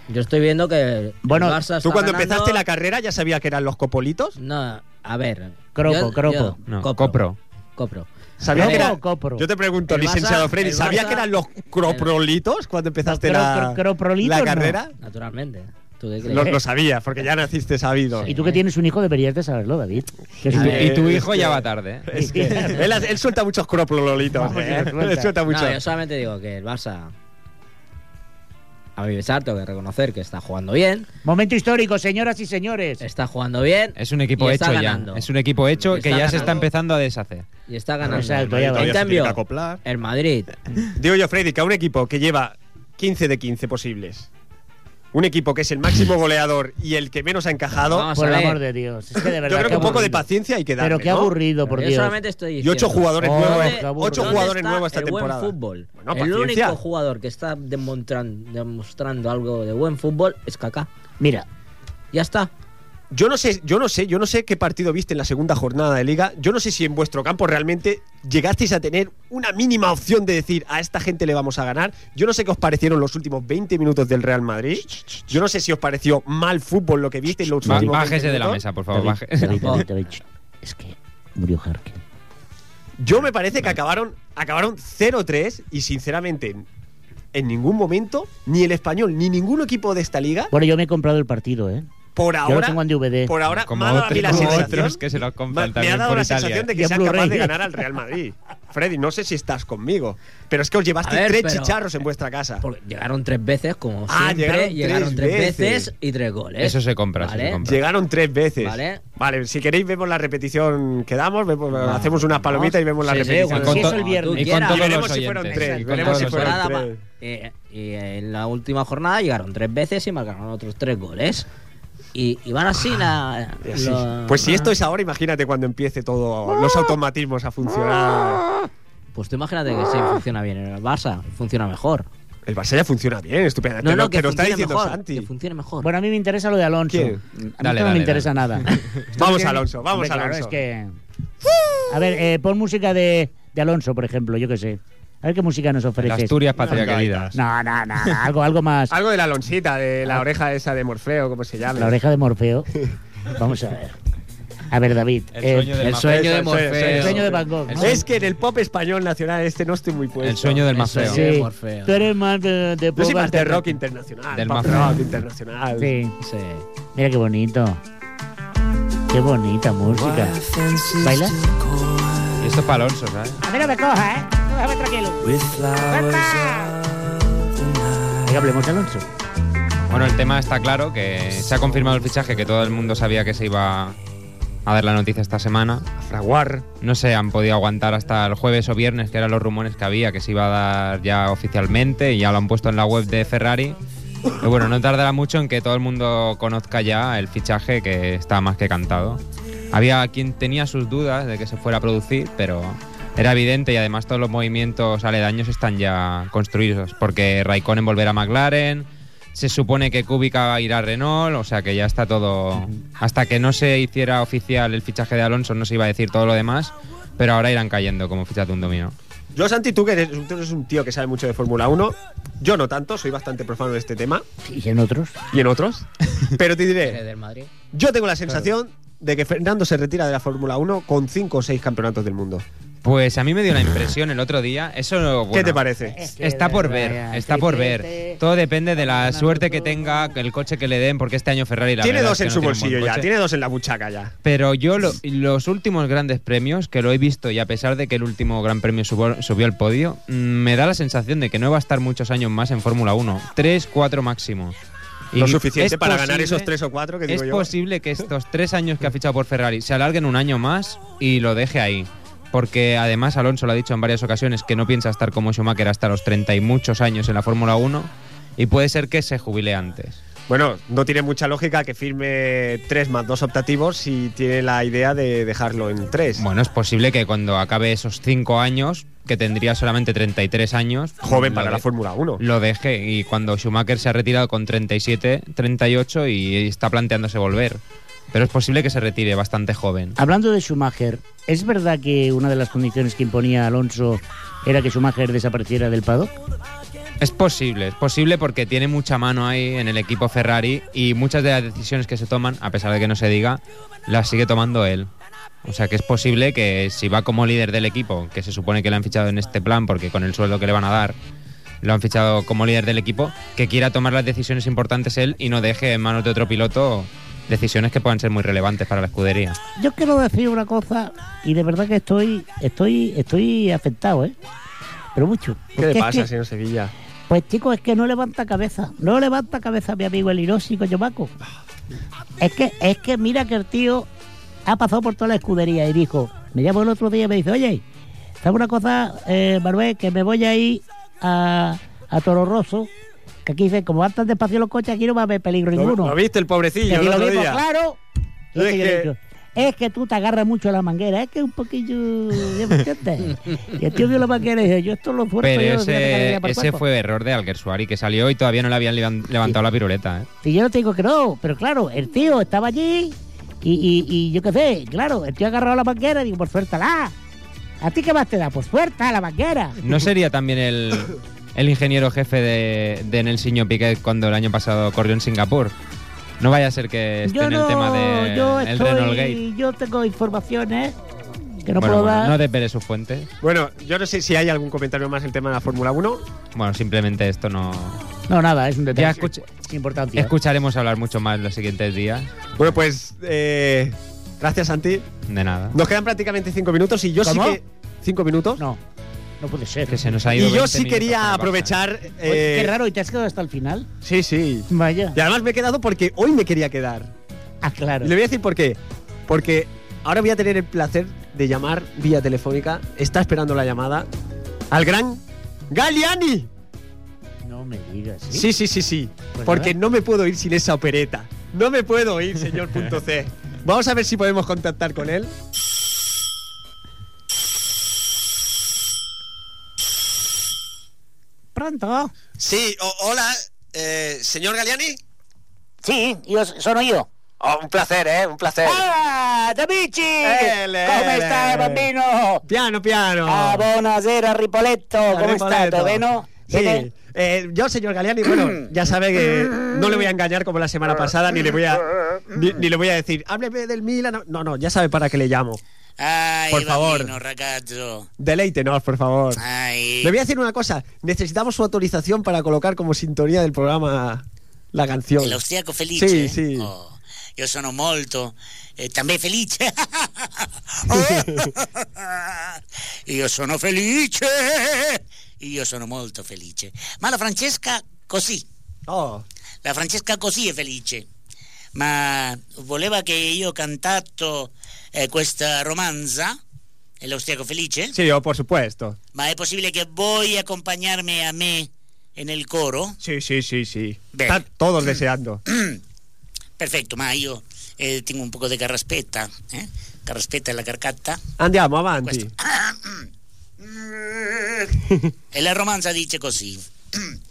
Speaker 4: Yo estoy viendo que. el
Speaker 2: Bueno,
Speaker 4: Barça
Speaker 1: Tú
Speaker 4: está
Speaker 1: cuando
Speaker 4: ganando-
Speaker 1: empezaste la carrera ya sabía que eran los copolitos.
Speaker 4: No, a ver.
Speaker 2: Cropo, cropo.
Speaker 6: No,
Speaker 4: copro.
Speaker 6: copro.
Speaker 4: Copro.
Speaker 1: Sabía
Speaker 2: Cropo
Speaker 1: que era-
Speaker 2: o copro?
Speaker 1: Yo te pregunto,
Speaker 4: El Barça-
Speaker 1: licenciado Freddy,
Speaker 4: el
Speaker 1: ¿sabías
Speaker 4: Barça-
Speaker 1: que eran los croprolitos cuando empezaste
Speaker 2: Los cro-
Speaker 1: la,
Speaker 2: cro- croprolitos,
Speaker 1: la
Speaker 2: no.
Speaker 1: carrera?
Speaker 4: Naturalmente. ¿Tú qué crees?
Speaker 1: Lo, lo sabías, porque ya naciste sabido.
Speaker 2: Y tú que tienes un hijo deberías de saberlo, David. Que es
Speaker 6: Y
Speaker 2: un-
Speaker 6: tu-
Speaker 1: Eh,
Speaker 6: Y tu hijo
Speaker 1: es
Speaker 6: ya
Speaker 1: que-
Speaker 6: va tarde. ¿eh?
Speaker 1: Es que él, ha- él suelta muchos croprolitos.
Speaker 2: Vamos,
Speaker 1: ¿eh?
Speaker 2: si lo suelta.
Speaker 1: Él suelta
Speaker 4: No, yo
Speaker 1: muchos.
Speaker 4: solamente digo que el Barça. A mi pesar, tengo que reconocer que está jugando bien.
Speaker 2: Momento histórico, señoras y señores.
Speaker 4: Está jugando bien.
Speaker 6: Es un equipo
Speaker 4: Y
Speaker 6: hecho
Speaker 4: está
Speaker 6: ya.
Speaker 4: ganando.
Speaker 6: Es un equipo hecho
Speaker 4: Y
Speaker 6: que
Speaker 4: está
Speaker 6: ya se está
Speaker 4: ganando.
Speaker 6: empezando a deshacer.
Speaker 4: Y está ganando.
Speaker 2: Exacto, ya va.
Speaker 4: En
Speaker 2: Todavía
Speaker 4: cambio,
Speaker 1: tiene que acoplar.
Speaker 4: el Madrid.
Speaker 1: Digo yo, Freddy, que a un equipo que lleva 15 de 15 posibles, un equipo que es el máximo goleador y el que menos ha encajado,
Speaker 4: Vamos
Speaker 2: Por el
Speaker 4: a ver.
Speaker 2: amor de Dios. Es que de verdad.
Speaker 1: yo creo
Speaker 2: qué
Speaker 1: que un poco de
Speaker 2: aburrido.
Speaker 1: paciencia hay que darle,
Speaker 2: Pero qué
Speaker 1: ¿no?
Speaker 2: aburrido, por
Speaker 4: Yo
Speaker 2: Dios.
Speaker 4: solamente estoy
Speaker 1: Y
Speaker 4: diciendo.
Speaker 1: ocho jugadores
Speaker 2: Oh,
Speaker 1: nuevos,
Speaker 2: qué aburrido.
Speaker 1: ocho
Speaker 2: ¿Dónde
Speaker 1: jugadores
Speaker 4: está
Speaker 1: nuevos esta
Speaker 4: el
Speaker 1: temporada.
Speaker 4: Buen fútbol.
Speaker 1: Bueno,
Speaker 4: el
Speaker 1: paciencia.
Speaker 4: único jugador que está demostrando, demostrando algo de buen fútbol es Kaká.
Speaker 2: Mira,
Speaker 4: Ya está.
Speaker 1: Yo no sé, yo no sé, yo no sé qué partido viste en la segunda jornada de liga. Yo no sé si en vuestro campo realmente llegasteis a tener una mínima opción de decir a esta gente le vamos a ganar. Yo no sé qué os parecieron los últimos 20 minutos del Real Madrid. Yo no sé si os pareció mal fútbol lo que viste en los
Speaker 6: Ba-
Speaker 1: últimos 20
Speaker 6: Bájese de la
Speaker 1: minutos.
Speaker 6: mesa, por favor.
Speaker 2: David,
Speaker 6: baje.
Speaker 2: David,
Speaker 1: Oh.
Speaker 4: Tampoco.
Speaker 2: David, David, ch- es que murió Harkin.
Speaker 1: Yo me parece que acabaron, acabaron 0-3 y sinceramente en- en ningún momento ni el español ni ningún equipo de esta liga
Speaker 2: Bueno, yo me he comprado el partido, ¿eh?
Speaker 1: por
Speaker 2: yo lo
Speaker 1: ahora
Speaker 2: tengo en DVD.
Speaker 1: por ahora
Speaker 6: Como
Speaker 1: me ha dado a mí
Speaker 6: otro-
Speaker 1: la
Speaker 6: como
Speaker 1: sensación
Speaker 6: otros que se lo compran
Speaker 1: me ha
Speaker 6: también
Speaker 1: dado
Speaker 6: por
Speaker 1: la
Speaker 6: Italia.
Speaker 1: sensación de
Speaker 2: Y
Speaker 1: que
Speaker 2: en
Speaker 1: seas capaz de
Speaker 2: Blu-ray.
Speaker 1: ganar al Real Madrid Freddy no sé si estás conmigo pero es que os llevaste
Speaker 4: A ver,
Speaker 1: tres
Speaker 4: pero-
Speaker 1: chicharros en vuestra casa
Speaker 4: Porque llegaron tres veces, como
Speaker 1: Ah,
Speaker 4: siempre.
Speaker 1: llegaron
Speaker 4: Llegaron
Speaker 1: tres
Speaker 4: tres,
Speaker 1: veces.
Speaker 4: veces. y tres goles.
Speaker 6: Eso se compra, eso
Speaker 4: ¿Vale?
Speaker 6: se compra.
Speaker 1: llegaron tres veces
Speaker 4: Vale.
Speaker 1: Vale, si queréis vemos la repetición que damos vemos-
Speaker 4: No,
Speaker 1: hacemos unas
Speaker 4: no.
Speaker 1: palomitas y vemos la
Speaker 4: Sí, sí,
Speaker 1: repetición
Speaker 6: Y
Speaker 4: cuando-
Speaker 2: Sí, eso el
Speaker 4: cuando tú
Speaker 2: viernes.
Speaker 6: Y con
Speaker 4: quieras.
Speaker 6: todos
Speaker 1: Y veremos
Speaker 6: los
Speaker 1: si fueron
Speaker 6: oyentes.
Speaker 1: tres,
Speaker 6: Y con
Speaker 1: veremos
Speaker 6: todos
Speaker 1: si
Speaker 6: los
Speaker 1: fueron
Speaker 4: temporada
Speaker 1: tres.
Speaker 4: va- eh, y en la última jornada llegaron tres veces y marcaron otros tres goles. Y, y van así la,
Speaker 1: Y así.
Speaker 4: la-
Speaker 1: Pues si esto es ahora, imagínate cuando empiece
Speaker 4: Ah.
Speaker 1: todo, los automatismos a funcionar.
Speaker 4: Pues tú imagínate que si funciona bien en el Barça, funciona mejor.
Speaker 1: El Barça ya funciona bien, estupenda.
Speaker 4: No,
Speaker 1: Ah, te
Speaker 4: no,
Speaker 1: lo,
Speaker 4: que
Speaker 1: te lo está
Speaker 4: funcione
Speaker 1: diciendo
Speaker 4: mejor.
Speaker 1: Santi.
Speaker 4: Que funcione mejor.
Speaker 2: Bueno, a mí me interesa lo de Alonso.
Speaker 1: ¿Quién?
Speaker 2: A mí
Speaker 6: Dale,
Speaker 2: esto no
Speaker 6: dale,
Speaker 2: me interesa nada.
Speaker 1: Vamos, Alonso, vamos,
Speaker 2: Hombre, claro,
Speaker 1: Alonso.
Speaker 2: es que... A ver, eh, pon música de, de Alonso, por ejemplo, yo qué sé. A ver qué música nos
Speaker 6: El
Speaker 2: ofreces.
Speaker 6: Asturias, patria querida.
Speaker 2: No, no, no, no, algo, algo más.
Speaker 1: Algo de la
Speaker 4: Ah.
Speaker 1: loncita, de la oreja esa de Morfeo, como se llama.
Speaker 2: La oreja de Morfeo. Vamos a ver. A ver, David.
Speaker 6: El
Speaker 2: eh,
Speaker 6: sueño del
Speaker 4: el
Speaker 6: más
Speaker 4: sueño de
Speaker 6: feo.
Speaker 4: Morfeo.
Speaker 2: el sueño de Van Gogh.
Speaker 6: El
Speaker 2: ¿no?
Speaker 6: sueño-
Speaker 1: Es que en el pop español nacional este no estoy muy puesto.
Speaker 6: El sueño del más
Speaker 4: Eso es.
Speaker 6: feo.
Speaker 4: Sí,
Speaker 2: Sí.
Speaker 4: Morfeo.
Speaker 2: Tú eres más de, de
Speaker 1: Yo soy
Speaker 2: pop
Speaker 1: más de rock
Speaker 2: alternativo.
Speaker 1: internacional.
Speaker 6: Del
Speaker 1: pop
Speaker 6: más
Speaker 1: rock
Speaker 6: rock.
Speaker 1: internacional.
Speaker 2: Sí.
Speaker 4: Sí.
Speaker 2: Mira qué bonito. Qué bonita música. ¿Bailas?
Speaker 6: Y esto es para Alonso, ¿sabes?
Speaker 2: A mí no me coja, ¿eh? No déjame tranquilo. Venga, hablemos de Alonso.
Speaker 6: Bueno, el tema está claro, que se ha confirmado el fichaje, que todo el mundo sabía que se iba a dar la noticia esta semana.
Speaker 1: Fraguar.
Speaker 6: No sé, han podido aguantar hasta el jueves o viernes, que eran los rumores que había, que se iba a dar ya oficialmente, y ya lo han puesto en la web de Ferrari. Pero bueno, no tardará mucho en que todo el mundo conozca ya el fichaje, que está más que cantado. Había quien tenía sus dudas de que se fuera a producir, pero era evidente y además todos los movimientos aledaños están ya construidos, porque Raikkonen volverá a McLaren, se supone que Kubica irá a Renault, o sea que ya está todo... Hasta que no se hiciera oficial el fichaje de Alonso no se iba a decir todo lo demás, pero ahora irán cayendo como fichas de un dominó.
Speaker 1: Yo, Santi, tú que eres, tú eres un tío que sabe mucho de Fórmula 1. Yo no tanto, soy bastante profano de este tema.
Speaker 2: ¿Y en otros?
Speaker 1: Y en otros. Pero te
Speaker 4: ¿Eres
Speaker 1: diré,
Speaker 4: del Madrid?
Speaker 1: yo tengo la sensación de que Fernando se retira de la Fórmula 1 con 5 o 6 campeonatos del mundo.
Speaker 6: Pues a mí me dio la impresión el otro día, eso...
Speaker 1: ¿Qué
Speaker 6: bueno,
Speaker 1: te parece?
Speaker 6: Está por ver, está por ver. Todo depende de la suerte que tenga, el coche que le den, porque este año Ferrari la
Speaker 1: Tiene
Speaker 6: verdad
Speaker 1: dos
Speaker 6: es que
Speaker 1: en
Speaker 6: no
Speaker 1: su
Speaker 6: tiene un buen
Speaker 1: bolsillo ya,
Speaker 6: coche.
Speaker 1: tiene dos en la buchaca ya.
Speaker 6: Pero yo lo- los últimos grandes premios que lo he visto y a pesar de que el último gran premio subo- subió al podio, mm, me da la sensación de que no va a estar muchos años más en Fórmula 1. Tres, cuatro máximo.
Speaker 1: Lo
Speaker 6: Y
Speaker 1: suficiente
Speaker 6: es
Speaker 1: para ganar
Speaker 6: posible-
Speaker 1: esos 3 o 4 que digo
Speaker 6: Es
Speaker 1: yo.
Speaker 6: posible que estos tres años que ha fichado por Ferrari se alarguen un año más y lo deje ahí. Porque además Alonso lo ha dicho en varias ocasiones que no piensa estar como Schumacher hasta los 30 y muchos años en la Fórmula 1 y puede ser que se jubile antes.
Speaker 1: Bueno, no tiene mucha lógica que firme 3 más 2 optativos si tiene la idea de dejarlo en 3.
Speaker 6: Bueno, es posible que cuando acabe esos cinco años, que tendría solamente 33 años,
Speaker 1: Joven
Speaker 6: lo
Speaker 1: para la
Speaker 6: de-
Speaker 1: Fórmula 1.
Speaker 6: Lo deje y cuando Schumacher se ha retirado con 37, 38 y está planteándose volver. Pero es posible que se retire bastante joven.
Speaker 2: Hablando de Schumacher, ¿es verdad que una de las condiciones que imponía Alonso era que Schumacher desapareciera del paddock?
Speaker 6: Es posible, es posible porque tiene mucha mano ahí en el equipo Ferrari y muchas de las decisiones que se toman, a pesar de que no se diga, las sigue tomando él. O sea que es posible que si va como líder del equipo, que se supone que le han fichado en este plan porque con el sueldo que le van a dar lo han fichado como líder del equipo, que quiera tomar las decisiones importantes él y no deje en manos de otro piloto decisiones que puedan ser muy relevantes para la escudería.
Speaker 2: Yo quiero decir una cosa y de verdad que estoy estoy estoy afectado, ¿eh? Pero mucho.
Speaker 1: ¿Qué
Speaker 2: Porque
Speaker 1: le
Speaker 2: es
Speaker 1: pasa,
Speaker 2: que-
Speaker 1: señor Sevilla?
Speaker 2: Pues chicos, es que no levanta cabeza. No levanta cabeza mi amigo el irósico Yomaco. Es que, es que mira que el tío ha pasado por toda la escudería y dijo, me llamó el otro día y me dice, oye, ¿sabes una cosa, eh, Manuel? Que me voy a ir a, a Toro Rosso, que aquí dicen, como andan despacio los coches, aquí no va a haber peligro
Speaker 1: ¿Lo,
Speaker 2: ninguno.
Speaker 1: lo viste el
Speaker 2: Y
Speaker 1: pobrecillo
Speaker 2: aquí
Speaker 1: el
Speaker 2: lo
Speaker 1: otro
Speaker 2: mismo,
Speaker 1: día?
Speaker 2: claro.
Speaker 1: Yo
Speaker 2: Es que,
Speaker 1: dije-
Speaker 2: yo le digo, "Es que tú te agarras mucho a la manguera, es que un poquillo, ¿ya me entiendes? Y el tío vio la manguera y dijo, yo esto lo fuerte, yo
Speaker 6: Pero
Speaker 2: lo voy a pegar
Speaker 6: ese,
Speaker 2: ya por el
Speaker 6: ese
Speaker 2: cuerpo".
Speaker 6: fue error de Alguersuari que salió y todavía no le habían levan- levantado la piruleta. ¿eh?
Speaker 2: Y yo no te digo que no, pero claro, el tío estaba allí y, y- y yo qué sé, claro, el tío agarraba la manguera y digo, pues suéltala. ¿A ti qué más te da? Pues suelta la manguera.
Speaker 6: ¿No sería también el, el ingeniero jefe de, de Nelsinho Piquet cuando el año pasado corrió en Singapur? No vaya a ser que esté Este en el tema del
Speaker 2: yo
Speaker 6: el
Speaker 2: estoy-
Speaker 6: Renault Gate.
Speaker 2: yo tengo informaciones que no
Speaker 6: bueno,
Speaker 2: puedo
Speaker 6: bueno,
Speaker 2: dar.
Speaker 6: no desvele sus fuentes.
Speaker 1: Bueno, yo no sé si hay algún comentario más el tema de la Fórmula 1.
Speaker 6: Bueno, simplemente esto no...
Speaker 2: No, nada, es un detalle.
Speaker 6: Ya escuché-
Speaker 2: sin importancia.
Speaker 6: Escucharemos hablar mucho más los siguientes días.
Speaker 1: Bueno, pues eh, gracias, Santi.
Speaker 6: De nada.
Speaker 1: Nos quedan prácticamente cinco minutos y yo
Speaker 2: ¿Cómo?
Speaker 1: sí que. ¿Cinco minutos?
Speaker 2: No, no puede ser.
Speaker 6: Que se nos ha ido
Speaker 1: Y yo
Speaker 6: 20
Speaker 1: sí
Speaker 6: minutos con
Speaker 1: quería
Speaker 6: la baja.
Speaker 1: aprovechar.
Speaker 2: Oye,
Speaker 1: eh,
Speaker 2: qué raro, y te has quedado hasta el final.
Speaker 1: Sí, sí.
Speaker 2: Vaya.
Speaker 1: Y además me he quedado porque hoy me quería quedar.
Speaker 2: Ah, claro.
Speaker 1: Y le voy a decir por qué. Porque ahora voy a tener el placer de llamar vía telefónica. Está esperando la llamada al gran Galiani.
Speaker 2: No me digas. ¿eh? ¿sí?
Speaker 1: Sí, sí, sí, sí.
Speaker 2: Pues
Speaker 1: Porque
Speaker 2: nada.
Speaker 1: no me puedo ir sin esa opereta. No me puedo ir, señor punto C. Vamos a ver si podemos contactar con él.
Speaker 2: Pronto.
Speaker 7: Sí, o- hola, eh, señor Galiani.
Speaker 2: Sí, yo, soy yo.
Speaker 7: Oh, un placer, ¿eh? Un placer.
Speaker 2: ¡Ah, Davici!
Speaker 1: Ele,
Speaker 2: ¿Cómo
Speaker 1: ele.
Speaker 2: stai, bambino?
Speaker 1: Piano, piano.
Speaker 2: Ah, buonasera, Ripoletto, come
Speaker 1: Ripoletto.
Speaker 2: state? Bene?
Speaker 1: Sí. Eh, yo, señor Galeani, bueno, ya sabe que no le voy a engañar como la semana pasada, ni le voy a, ni, ni le voy a decir, hábleme del Milan. No, no, ya sabe para qué le llamo.
Speaker 2: Ay,
Speaker 1: Por favor.
Speaker 2: bambino, ragazzo.
Speaker 1: Deleítenos, por favor.
Speaker 2: Ay.
Speaker 1: Le voy a decir una cosa. Necesitamos su autorización para colocar como sintonía del programa la canción.
Speaker 2: El austriaco felice?
Speaker 1: Sì, sì.
Speaker 2: Oh, io sono molto eh, també felice. io sono felice. Io sono molto felice. Ma la Francesca così.
Speaker 1: Oh,
Speaker 2: La Francesca così è felice. Ma voleva che io cantato eh, questa romanza, El austriaco felice.
Speaker 1: sí, oh, por supuesto.
Speaker 2: Ma è possibile che voi accompagnarmi a me nel coro?
Speaker 1: Sí, sí, sí, sí.
Speaker 2: Ve.
Speaker 1: Están todos deseando.
Speaker 2: Perfecto, ma io eh, tengo un poco de carraspetta, eh? Carraspetta è la carcatta.
Speaker 1: Andiamo avanti.
Speaker 2: Questo. e la romanza dice così.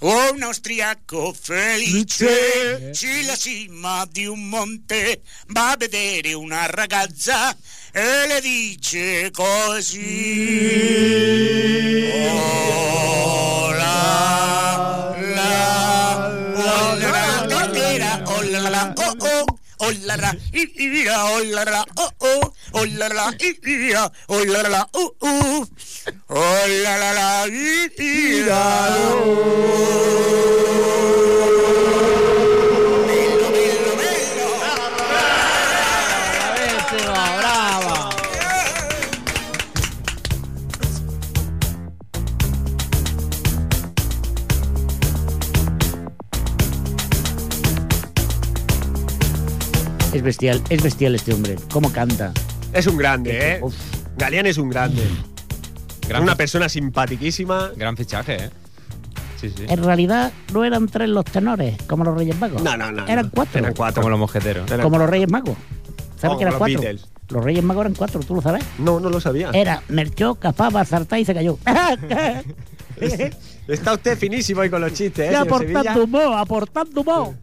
Speaker 2: Oh, un austriaco felice, sulla cima di un monte, va a vedere una ragazza e le dice così. Oh, la, la, oh, la, la, tortera, oh, la, la, la, oh, oh. Oh la la, i, i, la, oh la la, oh oh, oh la la, i, i, la, oh la la, la, uh, uh. oh la la la, i, i, la, oh. Bello, bello, bello.
Speaker 8: Es bestial, es bestial este hombre. ¿Cómo canta?
Speaker 1: Es un grande, ¿eh?
Speaker 8: Uf.
Speaker 1: Galeán es un grande.
Speaker 6: Gran,
Speaker 1: Una
Speaker 6: fi-
Speaker 1: persona simpaticísima.
Speaker 6: gran fichaje, ¿eh? Sí, sí.
Speaker 8: En realidad no eran tres los tenores, como los Reyes Magos.
Speaker 1: No, no, no.
Speaker 8: Eran
Speaker 1: no.
Speaker 8: cuatro.
Speaker 1: Eran cuatro.
Speaker 6: Como los mosqueteros.
Speaker 1: Eran-
Speaker 8: Como los Reyes Magos. ¿Sabes
Speaker 1: Como
Speaker 8: que eran
Speaker 1: los
Speaker 8: cuatro?
Speaker 1: Beatles. Ah.
Speaker 8: Los Reyes Magos eran cuatro, tú lo sabes.
Speaker 1: No, no lo sabía.
Speaker 8: Era Merchó, Capaba, Sartá y se cayó.
Speaker 1: Está usted finísimo hoy con los chistes, ¿eh?
Speaker 8: Y
Speaker 1: señor Sevilla?
Speaker 8: aportando humor, aportando humor.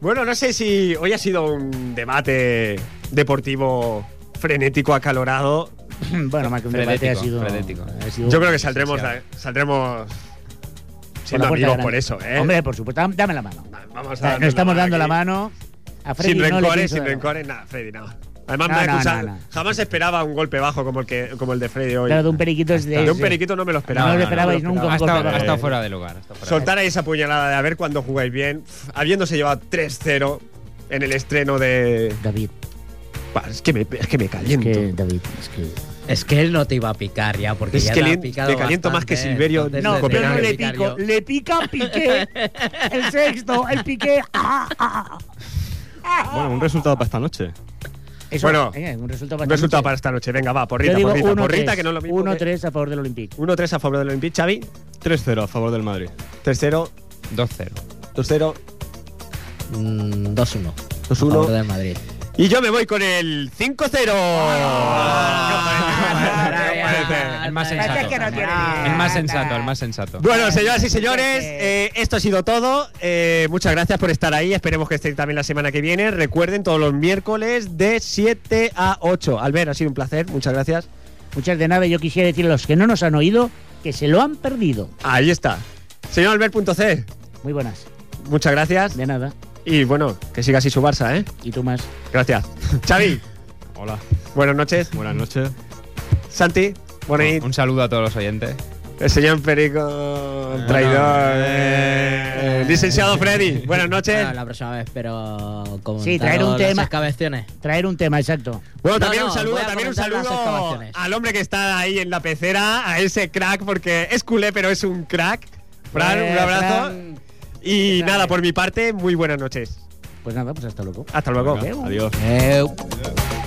Speaker 1: Bueno, no sé si hoy ha sido un debate deportivo frenético, acalorado.
Speaker 8: Bueno, más que un debate ha
Speaker 6: Frenético,
Speaker 8: sido,
Speaker 6: frenético.
Speaker 8: ha sido-
Speaker 1: Yo creo que saldremos, de- saldremos
Speaker 8: por la
Speaker 1: siendo
Speaker 8: puerta
Speaker 1: amigos
Speaker 8: grande.
Speaker 1: por eso, ¿eh?
Speaker 8: Hombre, por supuesto, dam- dame la mano.
Speaker 1: Va- vamos a
Speaker 8: Nos estamos dando la
Speaker 1: aquí.
Speaker 8: mano. A Freddy
Speaker 1: sin
Speaker 8: no le
Speaker 1: rencores,
Speaker 8: pienso
Speaker 1: sin
Speaker 8: dar la mano.
Speaker 1: rencores, nada, Freddy, nada. Además,
Speaker 8: No,
Speaker 1: me ha
Speaker 8: no,
Speaker 1: acusado.
Speaker 8: no, no.
Speaker 1: Jamás esperaba un golpe bajo como el, que, como el de Freddy hoy.
Speaker 8: Claro, de un periquito es de,
Speaker 1: De un
Speaker 8: sí.
Speaker 1: periquito no me lo
Speaker 8: No,
Speaker 1: esperaba.
Speaker 8: lo
Speaker 1: no, no.
Speaker 8: esperabais
Speaker 1: no,
Speaker 8: nunca
Speaker 6: Ha
Speaker 8: un golpe
Speaker 6: estado, ha
Speaker 8: bajo.
Speaker 6: estado fuera de lugar. ha estado fuera de
Speaker 1: Soltar ahí esa puñalada de a ver cuándo jugáis bien, pf, habiéndose llevado 3-0 en el estreno de.
Speaker 8: David,
Speaker 1: Bah, Es que me, es que me
Speaker 8: es
Speaker 1: caliento.
Speaker 8: que David, es que
Speaker 4: Es que él no te iba a picar ya, porque
Speaker 1: Es
Speaker 4: ya
Speaker 1: que
Speaker 4: te ha
Speaker 1: le-
Speaker 4: picado
Speaker 1: le caliento más
Speaker 4: bastante,
Speaker 1: que Silverio
Speaker 4: entonces
Speaker 1: en
Speaker 4: te
Speaker 8: no,
Speaker 4: tengo
Speaker 8: pero no
Speaker 4: que
Speaker 8: le
Speaker 4: picar
Speaker 8: pico,
Speaker 4: yo.
Speaker 8: le pica Piqué, el sexto, el Piqué. ah, ah, ah.
Speaker 3: Bueno, un resultado para esta noche.
Speaker 8: Eso,
Speaker 1: Bueno,
Speaker 8: venga, eh, un resultado
Speaker 1: Un
Speaker 8: para
Speaker 1: resultado para
Speaker 8: esta
Speaker 1: esta noche. Venga, va,
Speaker 8: noche.
Speaker 1: porrita,
Speaker 8: Yo digo
Speaker 1: porrita,
Speaker 8: 1-3,
Speaker 1: porrita, que no es lo eh. mismo.
Speaker 8: 1-3 a favor del Olympique.
Speaker 1: 1-3 a favor del Olympic, Xavi.
Speaker 3: 3-0 a favor del Madrid.
Speaker 1: 3-0,
Speaker 6: 2-0.
Speaker 1: 2-0,
Speaker 4: Mm, 2-1. a favor
Speaker 1: 2-1.
Speaker 4: del Madrid.
Speaker 1: Y yo me voy con el 5-0.
Speaker 6: El más
Speaker 8: Es
Speaker 6: sensato.
Speaker 8: que no tiene ni
Speaker 6: El más
Speaker 8: idea.
Speaker 6: sensato, el más sensato.
Speaker 1: Bueno, señoras y señores,
Speaker 8: Porque-
Speaker 1: eh, esto ha sido todo. Eh, muchas gracias por estar ahí. Esperemos que estéis también la semana que viene. Recuerden, todos los miércoles de 7 a 8. Albert, ha sido un placer. Muchas gracias.
Speaker 8: Muchas de nada, yo quisiera decir a los que no nos han oído que se lo han perdido.
Speaker 1: Ahí está. Señor Albert.c,
Speaker 8: Muy buenas,
Speaker 1: muchas gracias.
Speaker 8: de nada.
Speaker 1: Y bueno, que siga así su Barça, ¿eh?
Speaker 8: Y tú más.
Speaker 1: Gracias. Xavi,
Speaker 3: Hola,
Speaker 1: buenas noches.
Speaker 3: buenas noches.
Speaker 1: Santi, buenas
Speaker 6: Un saludo a todos los oyentes.
Speaker 1: El señor Perico, el traidor. Ah, eh. Licenciado Freddy, buenas noches.
Speaker 4: Bueno, la próxima vez, pero como
Speaker 8: Sí, traer un tema.
Speaker 4: Las excavaciones.
Speaker 8: Traer un tema, exacto.
Speaker 1: Bueno,
Speaker 4: No,
Speaker 1: también
Speaker 4: no,
Speaker 1: un saludo,
Speaker 4: voy a
Speaker 1: también un
Speaker 4: comentar las
Speaker 1: saludo
Speaker 4: excavaciones.
Speaker 1: al hombre que está ahí en la pecera, a ese crack, porque es culé, pero es un crack. Fran,
Speaker 8: Eh,
Speaker 1: un abrazo.
Speaker 8: Fran.
Speaker 1: y
Speaker 8: Fran.
Speaker 1: nada, por mi parte, muy buenas noches.
Speaker 8: Pues nada, pues hasta luego.
Speaker 1: Hasta luego.
Speaker 3: Venga, adiós.
Speaker 4: Eh,